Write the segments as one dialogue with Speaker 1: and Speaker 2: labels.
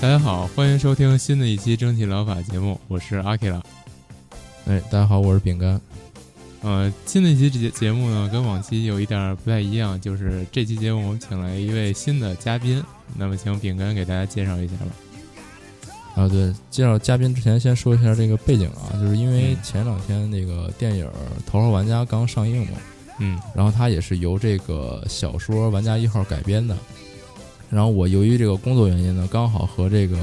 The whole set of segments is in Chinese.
Speaker 1: 大家好，欢迎收听新的一期蒸汽疗法节目，我是阿 K 拉。
Speaker 2: 哎，大家好，我是饼干。
Speaker 1: 呃，新的一期节节目呢，跟往期有一点儿不太一样，就是这期节目我们请来一位新的嘉宾，那么请饼干给大家介绍一下吧。
Speaker 2: 啊，对，介绍嘉宾之前，先说一下这个背景啊，就是因为前两天那个电影《头号玩家》刚上映嘛，
Speaker 1: 嗯，
Speaker 2: 然后它也是由这个小说《玩家一号》改编的。然后我由于这个工作原因呢，刚好和这个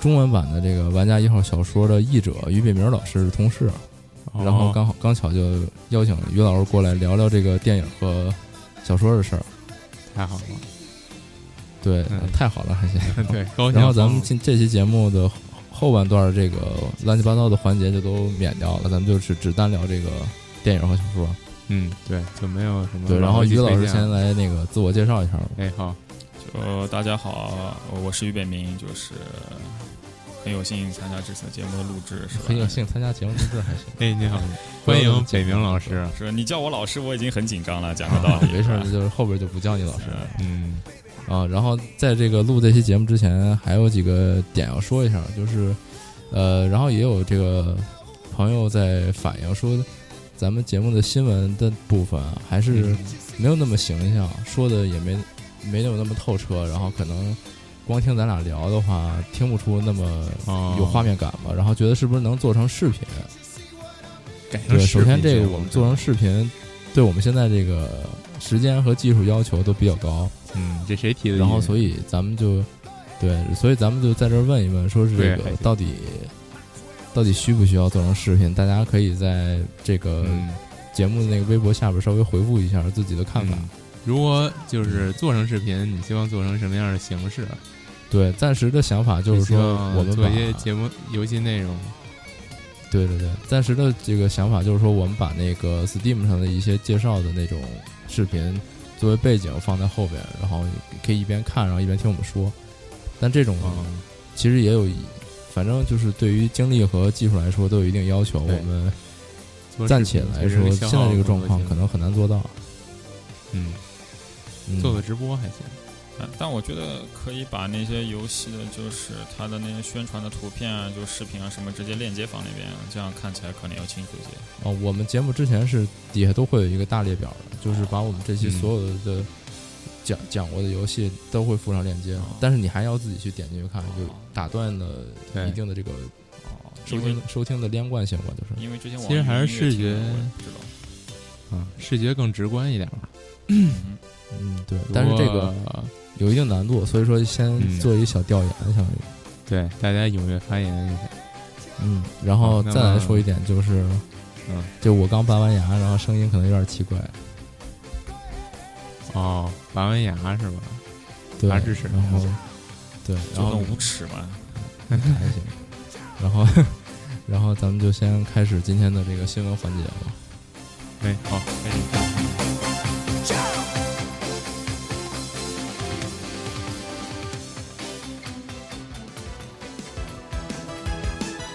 Speaker 2: 中文版的这个《玩家一号》小说的译者俞北明老师是同事，然后
Speaker 1: 哦
Speaker 2: 刚好刚巧就邀请于老师过来聊聊这个电影和小说的事儿。
Speaker 1: 太好了，
Speaker 2: 对，
Speaker 1: 嗯
Speaker 2: 太好了，还行。
Speaker 1: 对，高兴。
Speaker 2: 然后咱们进这期节目的后后半段，这个乱七八糟的环节就都免掉了，咱们就是只单聊这个电影和小说。
Speaker 1: 嗯，对，就没有什么
Speaker 2: 对，然后
Speaker 1: 往期
Speaker 2: 于老
Speaker 1: 推
Speaker 2: 师
Speaker 1: 荐
Speaker 2: 先
Speaker 1: 了，
Speaker 2: 来那个自我介绍一下吧。
Speaker 1: 哎，好，
Speaker 3: 呃，大家好，我是俞北明，就是很有幸参加这次节目的录制，是吧？
Speaker 2: 很有。幸参加节目录制，还行。
Speaker 1: 哎，你好，
Speaker 2: 不
Speaker 1: 欢
Speaker 2: 要那
Speaker 1: 迎
Speaker 2: 么
Speaker 1: 北
Speaker 2: 紧
Speaker 1: 明老师。
Speaker 3: 是你叫我老师，我已经很紧张了，讲个道 理。
Speaker 2: 没事儿，
Speaker 1: 啊
Speaker 3: 是吧
Speaker 2: 就是后边就不叫你老师了
Speaker 1: 嗯，
Speaker 2: 啊。然后在这个录这期节目之前，还有几个点要说一下，就是呃，然后也有这个朋友在反映说，咱们节目的新闻的部分啊还是、
Speaker 3: 嗯
Speaker 2: 没有那么形象，说的也没没有那么透彻，然后可能光听咱俩聊的话，听不出那么
Speaker 1: 哦，
Speaker 2: 有画面感吧，然后觉得是不是能做成视频？
Speaker 3: 改成
Speaker 2: 对，
Speaker 3: 视
Speaker 2: 首
Speaker 3: 频
Speaker 2: 先这
Speaker 3: 节
Speaker 2: 个
Speaker 3: 目
Speaker 2: 我们做成视频，对我们现在这个时间和技术要求都比较高，
Speaker 1: 嗯，这谁提的意见？
Speaker 2: 然后所以咱们就对，所以咱们就在这儿问一问，说是这
Speaker 1: 对还
Speaker 2: 个
Speaker 1: 行
Speaker 2: 到底到底需不需要做成视频？大家可以在这个
Speaker 1: 嗯。
Speaker 2: 节目的那个微博下边稍微回复一下自己的看法。
Speaker 1: 嗯如果就是做成视频，你希望做成什么样的形式？啊
Speaker 2: 对，暂时的想法就是
Speaker 1: 希
Speaker 2: 说，
Speaker 1: 望
Speaker 2: 我们
Speaker 1: 做
Speaker 2: 把
Speaker 1: 一些节目、游戏内容。
Speaker 2: 对对对，暂时的这个想法就是说，我们把那个 Steam 上的一些介绍的那种视频作为背景放在后边，然后可以一边看，然后一边听我们说。但这种
Speaker 1: 嗯，
Speaker 2: 其实也有一，反正就是对于精力和技术来说都有一定要求。
Speaker 1: 对
Speaker 2: 我们
Speaker 1: 做视频
Speaker 2: 暂且来
Speaker 1: 确实
Speaker 2: 说，
Speaker 1: 消
Speaker 2: 现
Speaker 1: 耗
Speaker 2: 在
Speaker 1: 很
Speaker 2: 这个
Speaker 1: 多
Speaker 2: 状况
Speaker 1: 精力
Speaker 2: 可能很难做到。
Speaker 1: 嗯，
Speaker 2: 嗯，
Speaker 1: 做个直播还行。
Speaker 3: 但呃但我觉得可以把那些游戏的，就是它的那些宣传的图片啊，就视频啊什么，直接链接放那边，这样看起来可能要清楚一些。
Speaker 2: 啊、我们节目之前是底下都会有一个大列表的，就是把我们这期
Speaker 1: 嗯
Speaker 2: 所有的讲、讲过的游戏都会附上链接，
Speaker 1: 哦
Speaker 2: 但是你还要自己去点进去看，就打断了
Speaker 1: 对
Speaker 2: 一定的这个
Speaker 3: 哦，
Speaker 2: 收
Speaker 3: 因为
Speaker 2: 听收听的连贯性吧，就是
Speaker 3: 因为之前网
Speaker 1: 其实还是
Speaker 3: 易云音乐
Speaker 1: 视觉
Speaker 3: 听的我也不知道。
Speaker 1: 啊，视觉更直观一点吧。
Speaker 2: 嗯对，但是
Speaker 1: 如
Speaker 2: 这
Speaker 1: 果
Speaker 2: 个有一定难度，所以说先
Speaker 1: 嗯
Speaker 2: 做一小调研，相当于
Speaker 1: 对大家踊跃发言一下。
Speaker 2: 嗯，然后
Speaker 1: 好那
Speaker 2: 再来
Speaker 1: 么
Speaker 2: 说一点就是，
Speaker 1: 嗯，
Speaker 2: 就我刚拔完牙，然后声音可能有点奇怪，
Speaker 1: 哦，拔完牙是吧？
Speaker 2: 对，
Speaker 1: 拔智齿
Speaker 2: 然后对，然
Speaker 3: 就
Speaker 2: 后
Speaker 3: 很无耻嘛。
Speaker 2: 还行。然后， 然后咱们就先开始今天的这个新闻环节吧。
Speaker 1: 哎，好，开始。
Speaker 4: 「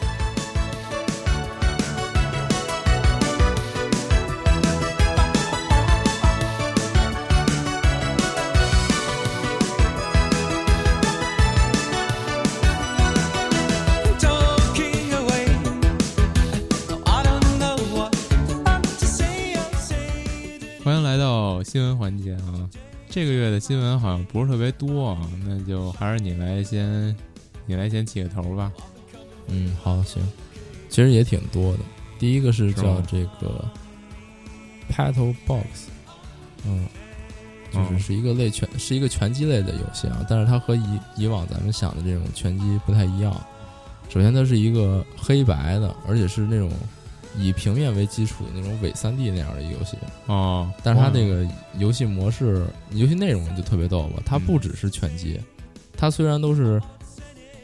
Speaker 1: 欢迎来到新闻环节啊！这个月的新闻好像不是特别多啊，那就还是你来先，你来先起个头吧。
Speaker 2: 嗯，好，行，其实也挺多的。第一个是
Speaker 1: 是
Speaker 2: 叫
Speaker 1: 吗
Speaker 2: 这个 Paddle Box，嗯，就是
Speaker 1: 嗯
Speaker 2: 是一个类拳，是一个拳击类的游戏啊，但是它和以以往咱们想的这种拳击不太一样。首先，它是一个黑白的，而且是那种以平面为基础的那种伪三 D 那样的游戏。
Speaker 1: 哦，
Speaker 2: 但是它
Speaker 1: 忘了
Speaker 2: 那个游戏模式、游戏内容就特别逗吧，它
Speaker 1: 嗯
Speaker 2: 不只是拳击，它虽然都是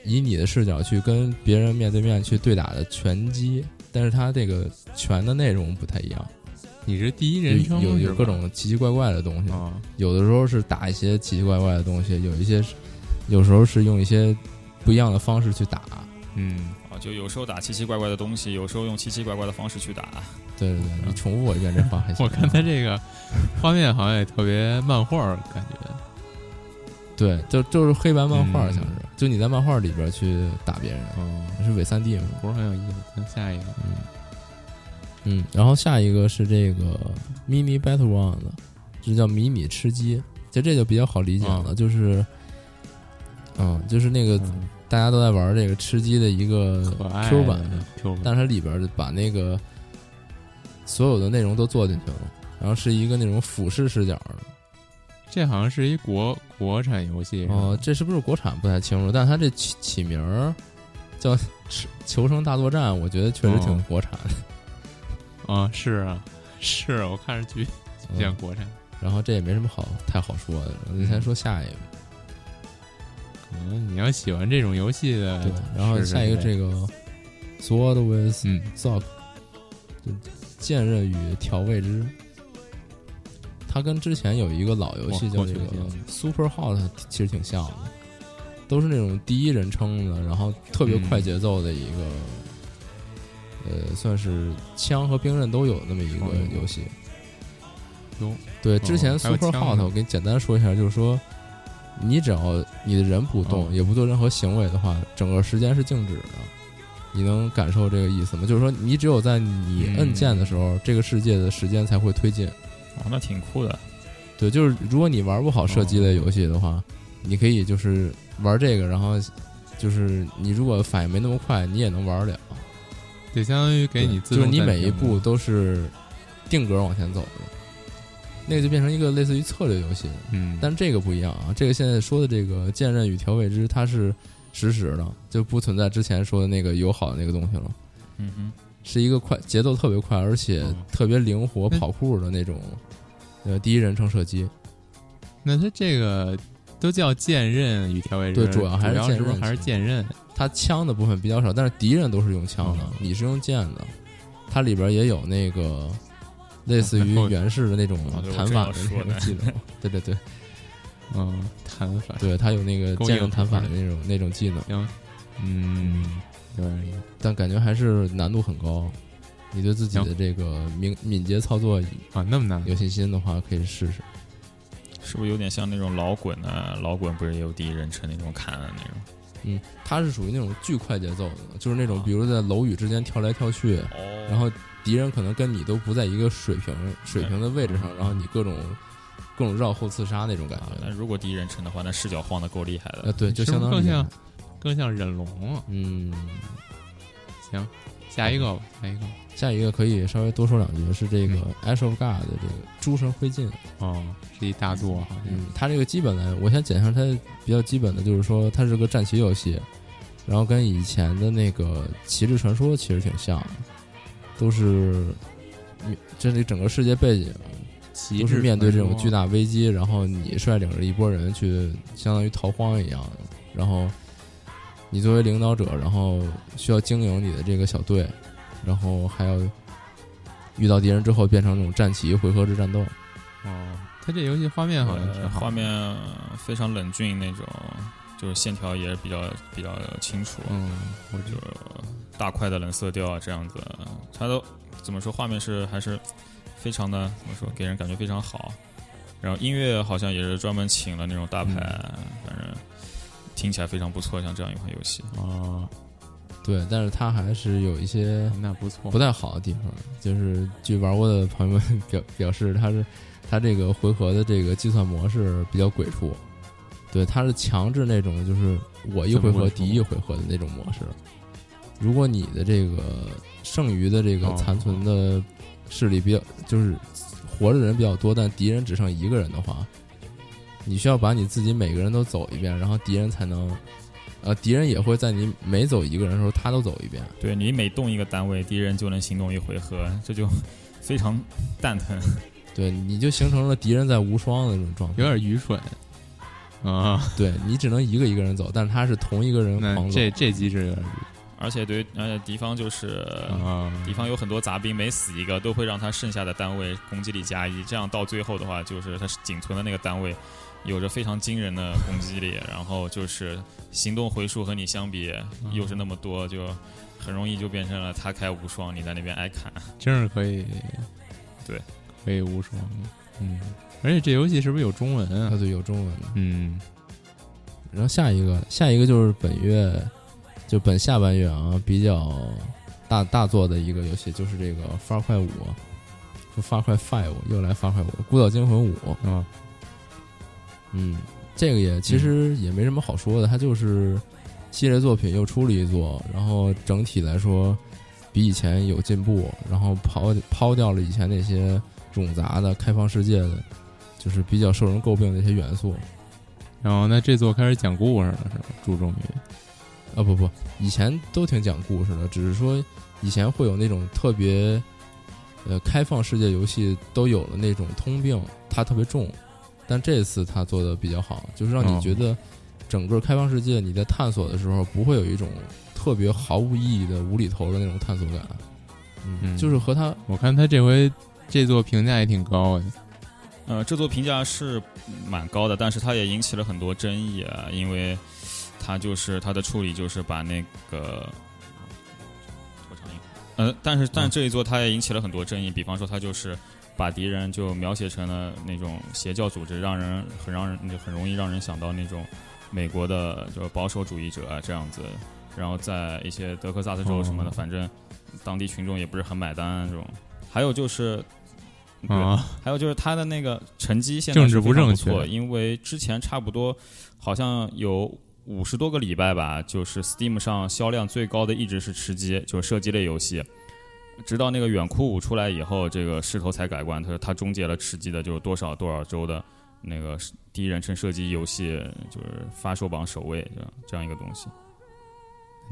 Speaker 2: 以你的视角去跟别人面对面去对打的拳击，但是它这个拳的内容不太一样，
Speaker 1: 你是第一
Speaker 2: 有
Speaker 1: 人称
Speaker 2: 有有
Speaker 1: 是吧
Speaker 2: 各种奇奇怪怪的东西，
Speaker 1: 啊，
Speaker 2: 有的时候是打一些奇奇怪怪的东西，有一些是有时候是用一些不一样的方式去打，
Speaker 1: 嗯，
Speaker 3: 啊，就有时候打奇奇怪怪的东西，有时候用奇奇怪怪的方式去打。啊
Speaker 2: 对对对，你重复我一遍这话还 行，
Speaker 1: 啊
Speaker 2: 啊
Speaker 1: 我看它这 个画面好像也特别漫画儿感觉。
Speaker 2: 对，就就是黑白漫画
Speaker 1: 嗯
Speaker 2: 像是，就你在漫画里边去打别人，
Speaker 1: 哦，
Speaker 2: 是伪三 D 嘛。
Speaker 1: 不是很有意思。那下一个，
Speaker 2: 嗯，然后下一个是这个 Mini Battleground，这叫迷你吃鸡，其实这就比较好理解了，就是，嗯，就是那个
Speaker 1: 嗯
Speaker 2: 大家都在玩这个吃鸡的一个
Speaker 1: 可爱
Speaker 2: 嗯 Q 版，
Speaker 1: 的 Q 版，
Speaker 2: 但是它里边儿把那个所有的内容都做进去了，然后是一个那种俯视视角的。
Speaker 1: 这好像是一国国产游戏。
Speaker 2: 哦，，这是不是国产不太清楚，但它这起起名儿叫《 吃求生大作战》，我觉得确实挺
Speaker 1: 哦
Speaker 2: 国产的。
Speaker 1: 啊，是啊，是啊我看着巨
Speaker 2: 嗯
Speaker 1: 像国产，
Speaker 2: 然后这也没什么好太好说的，我就先说下一个。
Speaker 1: 可能嗯你要喜欢这种游戏的
Speaker 2: 对，，然后
Speaker 1: 是
Speaker 2: 下一个
Speaker 1: 是
Speaker 2: 这个 Sword with
Speaker 1: 嗯
Speaker 2: Sock，就剑刃与调味汁。它跟之前有一个老游戏
Speaker 1: 我
Speaker 2: 叫
Speaker 1: 我
Speaker 2: 这
Speaker 1: 去
Speaker 2: 个
Speaker 1: 见过
Speaker 2: Super Hot，其实挺像的，都是那种第一人称的，然后特别快节奏的一个，呃，算是枪和兵刃都有那么一个
Speaker 1: 哦有
Speaker 2: 游戏。
Speaker 1: 哟
Speaker 2: 对，
Speaker 1: 哦
Speaker 2: 之前
Speaker 1: 还有
Speaker 2: Super
Speaker 1: 枪
Speaker 2: Hot，
Speaker 1: 呢
Speaker 2: 我给你简单说一下，就是说，你只要你的人不动，
Speaker 1: 哦
Speaker 2: 也不做任何行为的话，整个时间是静止的。你能感受这个意思吗？就是说，你只有在你摁键的时
Speaker 1: 嗯
Speaker 2: 候，这个世界的时间才会推进。
Speaker 3: 哇，那挺酷的。
Speaker 2: 对，就是如果你玩不好射击类
Speaker 1: 哦
Speaker 2: 游戏的话，你可以就是玩这个，然后就是你如果反应没那么快，你也能玩了。
Speaker 1: 就相当于给你自
Speaker 2: 对就是
Speaker 1: 动
Speaker 2: 你
Speaker 1: 暂
Speaker 2: 每一
Speaker 1: 停
Speaker 2: 步
Speaker 1: 了
Speaker 2: 都是定格往前走的，那个就变成一个类似于策略游戏。
Speaker 1: 嗯，
Speaker 2: 但这个不一样啊，这个现在说的这个剑刃与调味汁，它是实时的，就不存在之前说的那个友好的那个东西了，
Speaker 3: 嗯哼。
Speaker 2: 是一个快节奏特别快，而且
Speaker 1: 嗯
Speaker 2: 特别灵活
Speaker 1: 嗯
Speaker 2: 跑酷的那种，呃，第一人称射击。
Speaker 1: 那它这个都叫剑刃与调味汁，
Speaker 2: 对主要还是
Speaker 1: 是不
Speaker 2: 剑
Speaker 1: 是
Speaker 2: 刃
Speaker 1: 还是剑刃？
Speaker 2: 它枪的部分比较少，但是敌人都是用枪的，
Speaker 1: 嗯
Speaker 2: 你是用剑的。它里边也有那 个类似于原式的那种
Speaker 3: 哦对我
Speaker 2: 弹
Speaker 3: 正
Speaker 2: 法
Speaker 3: 要
Speaker 2: 的
Speaker 3: 说
Speaker 2: 那种
Speaker 3: 呢
Speaker 2: 技
Speaker 1: 哦
Speaker 2: 能， 对对对
Speaker 1: 嗯，弹法
Speaker 2: 对，它有那个
Speaker 1: 勾
Speaker 2: 剑
Speaker 1: 引
Speaker 2: 刃弹法的
Speaker 1: 玩
Speaker 2: 那种那种技能，
Speaker 1: 行，嗯，有点意思。
Speaker 2: 但感觉还是难度很高。你对自己的这个敏敏捷操作
Speaker 1: 啊，那么难
Speaker 2: 有信心的话，可以试试。
Speaker 3: 是不是有点像那种老滚啊？老滚不是也有第一人称那种砍啊的那种？
Speaker 2: 嗯，它是属于那种巨快节奏的，就是那种
Speaker 1: 哦
Speaker 3: 啊
Speaker 2: 比如在楼宇之间跳来跳去，
Speaker 3: 哦
Speaker 2: 然后敌人可能跟你都不在一个水平水平的位置上，然后你各种各种绕后刺杀那种感
Speaker 3: 啊，
Speaker 2: 觉
Speaker 3: 那。如果第一人称的话，那视角晃的够厉害
Speaker 2: 呃，
Speaker 3: 的。
Speaker 2: 对，就是
Speaker 1: 不
Speaker 2: 相
Speaker 1: 是
Speaker 2: 当
Speaker 1: 更
Speaker 2: 于
Speaker 1: 像更像忍龙了。
Speaker 2: 嗯，
Speaker 1: 行，下一个吧，下一个吧。
Speaker 2: 下一个可以稍微多说两句，是这个 Ash of God 的这个诸神灰烬。
Speaker 1: 哦，是一大作，好像
Speaker 2: 嗯，它这个基本的，我先讲一下它比较基本的，就是说它是个战棋游戏，然后跟以前的那个《旗帜传说》其实挺像的，都是你这里整个世界背景
Speaker 1: 旗
Speaker 2: 都
Speaker 1: 帜
Speaker 2: 是面对这种
Speaker 1: 传说
Speaker 2: 巨，大危机，然后你率领着一波人去，相当于逃荒一样的，然后你作为领导者，然后需要经营你的这个小队，然后还要遇到敌人之后变成那种战棋回合制战斗。
Speaker 1: 哦，它这游戏画面好像挺
Speaker 3: 呃
Speaker 1: 好的，
Speaker 3: 画面非常冷峻那种，就是线条也比较比较清楚，
Speaker 1: 嗯，我就
Speaker 3: 就
Speaker 1: 是
Speaker 3: 大块的冷色调啊这样子。它都怎么说？画面是还是非常的怎么说？给人感觉非常好。然后音乐好像也是专门请了
Speaker 1: 嗯
Speaker 3: 那种大牌，反正听起来非常不错，像这样一款游戏。
Speaker 1: 哦，
Speaker 2: 对，但是它还是有一些
Speaker 1: 那不错，
Speaker 2: 不太好的地方，就是据玩过的朋友们表 表示，它是它这个回合的这个计算模式比较鬼畜，对，它是强制那种就是我一回
Speaker 1: 怎么
Speaker 2: 合
Speaker 1: 鬼畜
Speaker 2: 敌一回合的那种模式。如果你的这个剩余的这个
Speaker 1: 哦
Speaker 2: 残存的势力比较，就是活着的人比较多，但敌人只剩一个人的话，你需要把你自己每个人都走一遍，然后敌人才能，呃，敌人也会在你每走一个人的时候，他都走一遍。
Speaker 3: 对你每动一个单位，敌人就能行动一回合，这就非常蛋疼。
Speaker 2: 对，你就形成了敌人在无双的那种状态。
Speaker 1: 有点愚蠢啊。
Speaker 2: 对你只能一个一个人走，但是他是同一个人
Speaker 1: 那
Speaker 2: 狂走。
Speaker 1: 这这机制有点
Speaker 3: 而且对于，而且敌方就是、
Speaker 1: 啊，
Speaker 3: 敌方有很多杂兵，每死一个都会让他剩下的单位攻击力加一，这样到最后的话，就是他仅存的那个单位有着非常惊人的攻击力，然后就是行动回数和你相比又是那么多，就很容易就变成了他开无双，你在那边挨砍。
Speaker 1: 真是可以，
Speaker 3: 对，
Speaker 1: 可以无双。嗯，而且这游戏是不是有中文
Speaker 2: 啊，
Speaker 1: 啊？
Speaker 2: 对，有中文的。
Speaker 1: 嗯，
Speaker 2: 然后下一个，下一个就是本月，就本下半月啊，比较大大做的一个游戏，就是这个《发快五》，就《发快 Five》又来《发快五》，《孤岛惊魂五》。
Speaker 1: 啊，
Speaker 2: 嗯，这个也其实也没什么好说的，它就是系列作品又出了一座，然后整体来说比以前有进步，然后抛抛掉了以前那些冗杂的开放世界的，就是比较受人诟病的一些元素。
Speaker 1: 然后那这座开始讲故事了，是吧？注重于
Speaker 2: 啊，不不，以前都挺讲故事的，只是说以前会有那种特别，呃，开放世界游戏都有了那种通病，它特别重。但这次它做的比较好，就是让
Speaker 1: 哦
Speaker 2: 你觉得整个开放世界你在探索的时候，不会有一种特别毫无意义的无厘头的那种探索感。
Speaker 1: 嗯
Speaker 2: 就是和它
Speaker 1: 我看他这回这座评价也挺高的，
Speaker 3: 呃，这座评价是蛮高的，但是它也引起了很多争议啊，因为它就是它的处理就是把那个拖长音，呃，但
Speaker 1: 嗯
Speaker 3: 是但这一座它也引起了很多争议，比方说它就是把敌人就描写成了那种邪教组织，让人很让人就很容易让人想到那种美国的就保守主义者啊这样子，然后在一些德克萨斯州什么的，
Speaker 1: 哦
Speaker 3: 反正当地群众也不是很买单啊这种，还有就是。对
Speaker 1: 啊，
Speaker 3: 还有就是他的那个成绩现在是
Speaker 1: 政治不
Speaker 3: 非常
Speaker 1: 正
Speaker 3: 错
Speaker 1: 确
Speaker 3: 因为之前差不多好像有五十多个礼拜吧，就是 Steam 上销量最高的一直是吃鸡，就是射击类游戏。直到那个远哭五出来以后，这个势头才改观。他说他终结了吃鸡的，就是多少多少周的那个第一人称射击游戏，就是发售榜首位这样这样一个东西。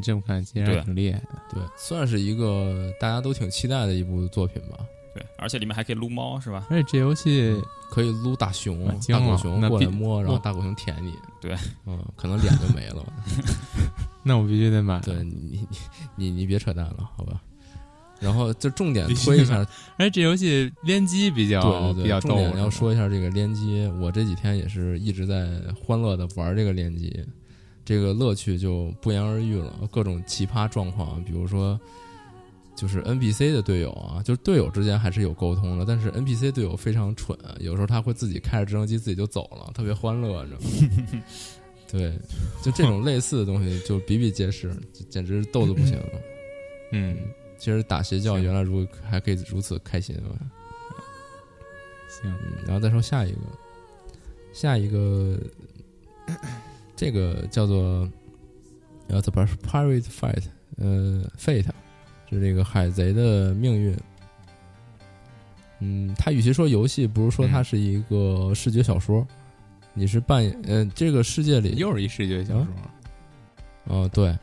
Speaker 1: 这么看其实还
Speaker 3: 对
Speaker 1: 挺厉害的。
Speaker 2: 对算是一个大家都挺期待的一部作品吧。
Speaker 3: 对，而且里面还可以撸猫，是吧？
Speaker 1: 而且这游戏
Speaker 2: 可以撸大熊
Speaker 1: 啊、惊
Speaker 2: 大狗
Speaker 1: 了
Speaker 2: 熊
Speaker 1: 那
Speaker 2: 过
Speaker 1: 必
Speaker 2: 来摸，然后
Speaker 1: 哇
Speaker 2: 大狗熊舔你。
Speaker 3: 对，
Speaker 2: 嗯，可能脸就没了吧。
Speaker 1: 那我必须得买。
Speaker 2: 对你你你你别扯淡了，好吧？然后就重点推一下，
Speaker 1: 而且这游戏联机比较
Speaker 2: 对对对，
Speaker 1: 比较
Speaker 2: 重
Speaker 1: 逗，
Speaker 2: 点要说一下这个联机。我这几天也是一直在欢乐的玩这个联机，这个乐趣就不言而喻了，各种奇葩状况，比如说。就是 NPC 的队友啊，就是队友之间还是有沟通的，但是 NPC 队友非常蠢，有时候他会自己开着直升机自己就走了，特别欢乐，你知道吗？ 对，就这种类似的东西就比比皆是，就简直逗得不行了。
Speaker 1: 嗯，
Speaker 2: 其实打邪教
Speaker 1: 行
Speaker 2: 原来如还可以如此开心啊！
Speaker 1: 行，
Speaker 2: 嗯，然后再说下一个，下一个，这个叫做呃怎么说 Pirate Fight，呃 Fate，就是这个海贼的命运。嗯，它与其说游戏，不如说它是一个视觉小说。你是扮演，呃，这个世界里，
Speaker 1: 又是一视觉小说。
Speaker 2: 哦，对，
Speaker 1: 啊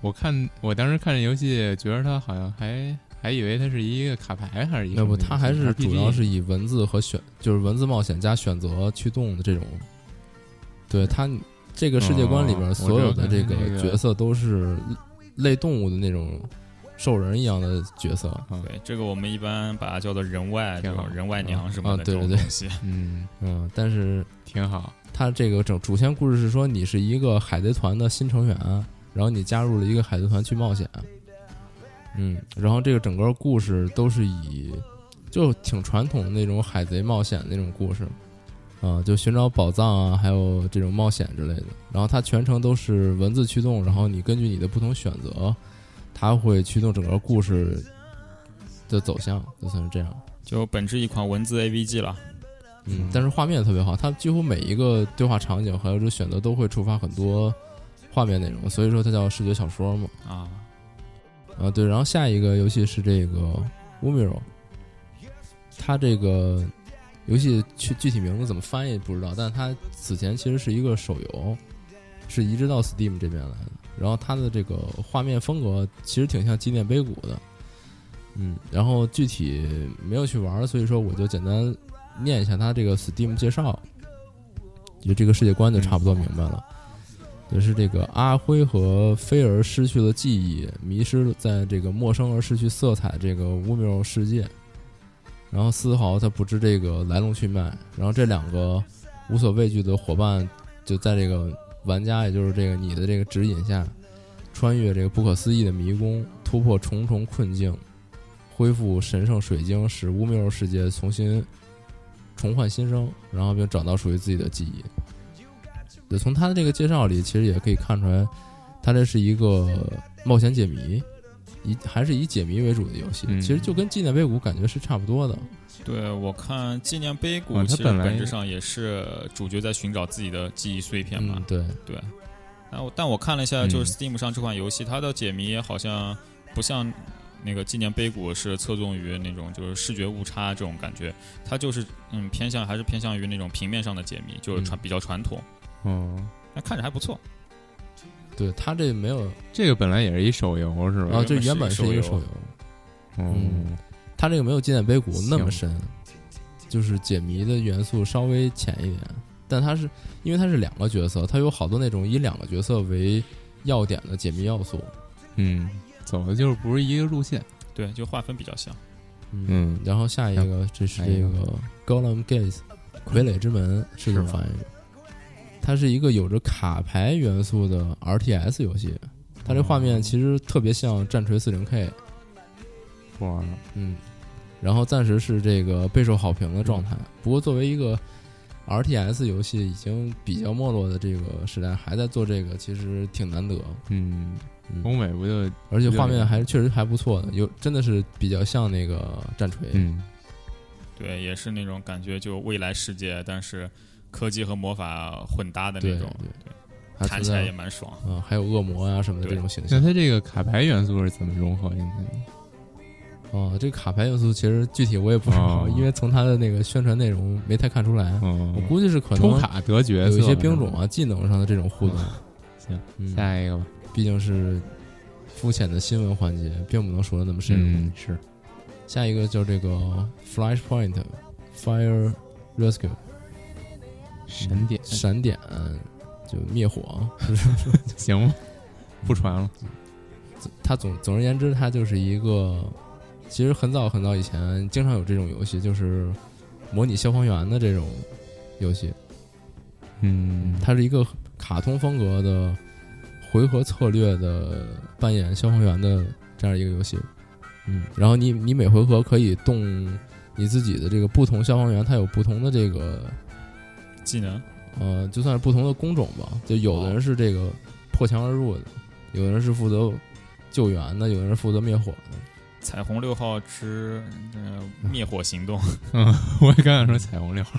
Speaker 1: 我看我当时看这游戏，觉得它好像还还以为它是一个卡牌还是一个什
Speaker 2: 要
Speaker 1: 么
Speaker 2: 不
Speaker 1: 游戏，
Speaker 2: 它还是
Speaker 1: RPG
Speaker 2: 主要是以文字和选，就是文字冒险加选择驱动的这种。对它这个世界观里
Speaker 1: 哦
Speaker 2: 边，
Speaker 1: 我
Speaker 2: 所有
Speaker 1: 知道
Speaker 2: 的这
Speaker 1: 它
Speaker 2: 个
Speaker 1: 是那个
Speaker 2: 角色都是类动物的那种兽人一样的角色。
Speaker 3: 对，这个我们一般把它叫做人外，
Speaker 1: 挺
Speaker 3: 就
Speaker 1: 好
Speaker 3: 人外娘什么
Speaker 2: 啊
Speaker 3: 的这
Speaker 2: 对
Speaker 3: 种
Speaker 2: 对对
Speaker 3: 东西。
Speaker 1: 嗯
Speaker 2: 嗯，但是
Speaker 1: 挺好。
Speaker 2: 它这个整主线故事是说，你是一个海贼团的新成员，然后你加入了一个海贼团去冒险。嗯，然后这个整个故事都是以就挺传统的那种海贼冒险的那种故事，啊、啊、就寻找宝藏啊，还有这种冒险之类的。然后它全程都是文字驱动，然后你根据你的不同选择，它会驱动整个故事的走向，就算是这样。
Speaker 3: 就本质一款文字 AVG 了。
Speaker 2: 嗯，但是画面特别好，它几乎每一个对话场景还有这选择都会触发很多画面内容，所以说它叫视觉小说嘛。
Speaker 3: 啊，
Speaker 2: 啊，对，然后下一个游戏是这个 Umiro，它这个游戏具具体名字怎么翻译不知道，但它此前其实是一个手游，是移植到 Steam 这边来的。然后它的这个画面风格其实挺像《纪念碑谷》的，嗯，然后具体没有去玩儿，所以说我就简单念一下它这个 Steam 介绍，就这个世界观就差不多明白了。就是这个阿辉和菲儿失去了记忆，迷失在这个陌生而失去色彩这个乌缪世界，然后丝毫他不知这个来龙去脉。然后这两个无所畏惧的伙伴就在这个玩家，也就是这个你的这个指引下，穿越这个不可思议的迷宫，突破重重困境，恢复神圣水晶，使乌缪世界重新重焕新生，然后并找到属于自己的记忆。对，从他的这个介绍里，其实也可以看出来，他这是一个冒险解谜，以还是以解谜为主的游戏。
Speaker 1: 嗯
Speaker 2: 其实就跟《纪念碑谷》感觉是差不多的。
Speaker 3: 对我看《纪念碑谷
Speaker 1: 啊》它
Speaker 3: 其实
Speaker 1: 本来
Speaker 3: 本质上也是主角在寻找自己的记忆碎片嘛
Speaker 2: 嗯，。对，
Speaker 3: 对，然后但我看了一下，
Speaker 1: 嗯
Speaker 3: 就是 Steam 上这款游戏，它的解谜好像不像那个《纪念碑谷》是侧重于那种就是视觉误差这种感觉，它就是嗯偏向还是偏向于那种平面上的解谜，就是
Speaker 1: 嗯
Speaker 3: 传、比较传统，
Speaker 1: 哦，
Speaker 3: 那看着还不错。
Speaker 2: 对他这没有
Speaker 1: 这个本来也是一手游是吧？
Speaker 2: 啊，
Speaker 3: 原
Speaker 2: 这
Speaker 3: 本
Speaker 2: 原本
Speaker 3: 是
Speaker 2: 是
Speaker 3: 一
Speaker 2: 一个
Speaker 3: 个
Speaker 2: 手
Speaker 3: 手游
Speaker 2: 游，
Speaker 1: 哦，
Speaker 2: 嗯他这个没有《纪念碑谷》那么深，就是解谜的元素稍微浅一点。但它是因为它是两个角色，它有好多那种以两个角色为要点的解谜要素。
Speaker 1: 嗯，走的就是不是一个路线。
Speaker 3: 对，就划分比较像。
Speaker 1: 嗯
Speaker 2: 然后下一个这是这个 Golem Gates 傀儡之门是这么翻译的，它是一个有着卡牌元素的 RTS 游戏，它这画面其实特别像战锤 40K，
Speaker 1: 不玩了。
Speaker 2: 嗯，然后暂时是这个备受好评的状态。不过作为一个 RTS 游戏已经比较没落的这个时代，还在做这个，其实挺难得，
Speaker 1: 嗯
Speaker 2: 嗯，
Speaker 1: 欧美不就
Speaker 2: 而且画面还确实还不错的，有真的是比较像那个战锤，
Speaker 1: 嗯
Speaker 3: 对，也是那种感觉，就未来世界，但是科技和魔法混搭的那
Speaker 2: 对
Speaker 3: 种，
Speaker 2: 对，还
Speaker 3: 弹
Speaker 2: 存
Speaker 3: 起来
Speaker 2: 在
Speaker 3: 也。蛮爽。
Speaker 2: 啊、还有恶魔呀、什么的
Speaker 3: 对
Speaker 2: 这种形象
Speaker 1: 那它这个卡牌元素是怎么融合进去的？
Speaker 2: 哦，这个卡牌元素其实具体我也不知道，
Speaker 1: 哦
Speaker 2: 因为从它的那个宣传内容没太看出来。
Speaker 1: 哦
Speaker 2: 我，估计是可
Speaker 1: 抽
Speaker 2: 能
Speaker 1: 卡得角
Speaker 2: 有
Speaker 1: 色，
Speaker 2: 一些兵种。啊、技能上的这种互动。
Speaker 1: 行，
Speaker 2: 嗯，
Speaker 1: 下一个吧。
Speaker 2: 毕竟是肤浅的新闻环节，并不能说的那么深入。
Speaker 1: 嗯，是
Speaker 2: 下一个叫这个 Flashpoint Fire Rescue
Speaker 1: 神点，
Speaker 2: 闪点，就灭火。
Speaker 1: 嗯行
Speaker 2: 嗯
Speaker 1: 吗？不传了。
Speaker 2: 它总总而言之，它就是一个，其实很早很早以前经常有这种游戏，就是模拟消防员的这种游戏。
Speaker 1: 嗯，
Speaker 2: 它是一个卡通风格的回合策略的扮演消防员的这样一个游戏。嗯，然后你你每回合可以动你自己的这个不同消防员，他有不同的这个
Speaker 3: 技能
Speaker 2: 呃，就算是不同的工种吧。就有的人是这个破墙而入的，有的人是负责救援的，有的人是负责灭火的。
Speaker 3: 彩虹六号之呃灭火行动，
Speaker 1: 我也刚想说彩虹六号。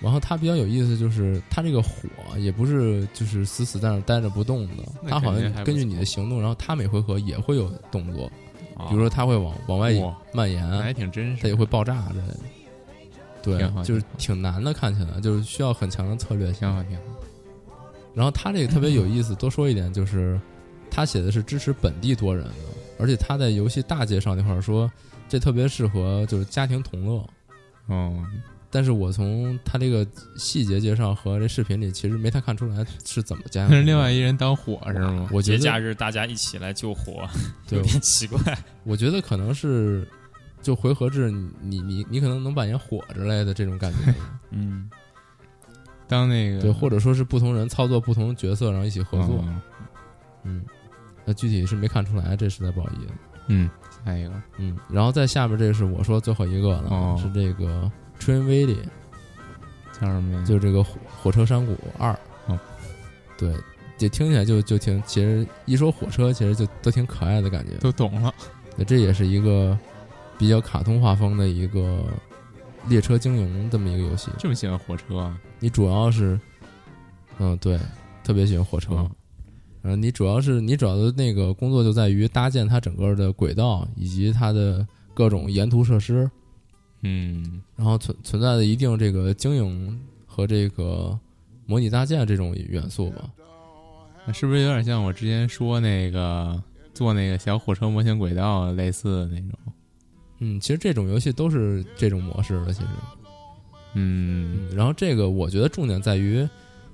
Speaker 2: 然后它比较有意思，就是它这个火也不是就是死死在那儿待着不动的，
Speaker 1: 那
Speaker 2: 它好
Speaker 1: 感觉还不
Speaker 2: 像根据你的行动，然后它每回合也会有动作，
Speaker 3: 啊
Speaker 2: 比如说它会往往外
Speaker 1: 哇，
Speaker 2: 蔓延，
Speaker 1: 还挺真
Speaker 2: 它
Speaker 1: 实
Speaker 2: 也。啊会爆炸之类的。
Speaker 1: 挺好
Speaker 2: 对，就是
Speaker 1: 挺好
Speaker 2: 挺难的，看起来就是需要很强的策略性
Speaker 1: 挺。好，挺好。
Speaker 2: 然后它这个特别有意思，多说一点就是，它写的是支持本地多人的，而且它在游戏大介绍那块儿说，这特别适合就是家庭同乐。
Speaker 1: 哦，
Speaker 2: 但是我从它这个细节介绍和这视频里，其实没太看出来是怎么家
Speaker 1: 但
Speaker 2: 庭同
Speaker 1: 是
Speaker 2: 乐。
Speaker 1: 另外一人当火是吗？
Speaker 2: 我觉
Speaker 3: 节
Speaker 2: 得
Speaker 3: 假日大家一起来救火，
Speaker 2: 对
Speaker 3: 有，点奇怪。
Speaker 2: 我觉得可能是就回合制，你你你你可能能扮演火之类的这种感 觉。
Speaker 3: 嗯，
Speaker 1: 当那个
Speaker 2: 对，或者说是不同人操作不同角色，然后一起合作。
Speaker 1: 哦
Speaker 2: 嗯，那具体是没看出来，这实在不好意思。
Speaker 1: 嗯，下一个
Speaker 2: 嗯，然后在下面这是我说最后一个了，
Speaker 1: 哦
Speaker 2: 是这个 Train v i l l y
Speaker 1: 叫什么来着？
Speaker 2: 就是这个《火火车山谷二》。
Speaker 1: 嗯，
Speaker 2: 对，就听起来就就挺，其实一说火车，其实就都挺可爱的感觉。
Speaker 1: 都懂了。
Speaker 2: 那这也是一个比较卡通画风的一个列车经营这么一个游戏。
Speaker 1: 这么喜欢火车啊？
Speaker 2: 你主要是，嗯，对，特别喜欢火车。
Speaker 1: 嗯
Speaker 2: 然后你主要是你主要的那个工作就在于搭建它整个的轨道以及它的各种沿途设施，
Speaker 1: 嗯，
Speaker 2: 然后存存在的一定这个经营和这个模拟搭建这种元素吧。
Speaker 1: 那是不是有点像我之前说那个做那个小火车模型轨道啊类似的那种？
Speaker 2: 嗯，其实这种游戏都是这种模式的，其实。
Speaker 1: 嗯，
Speaker 2: 嗯，然后这个我觉得重点在于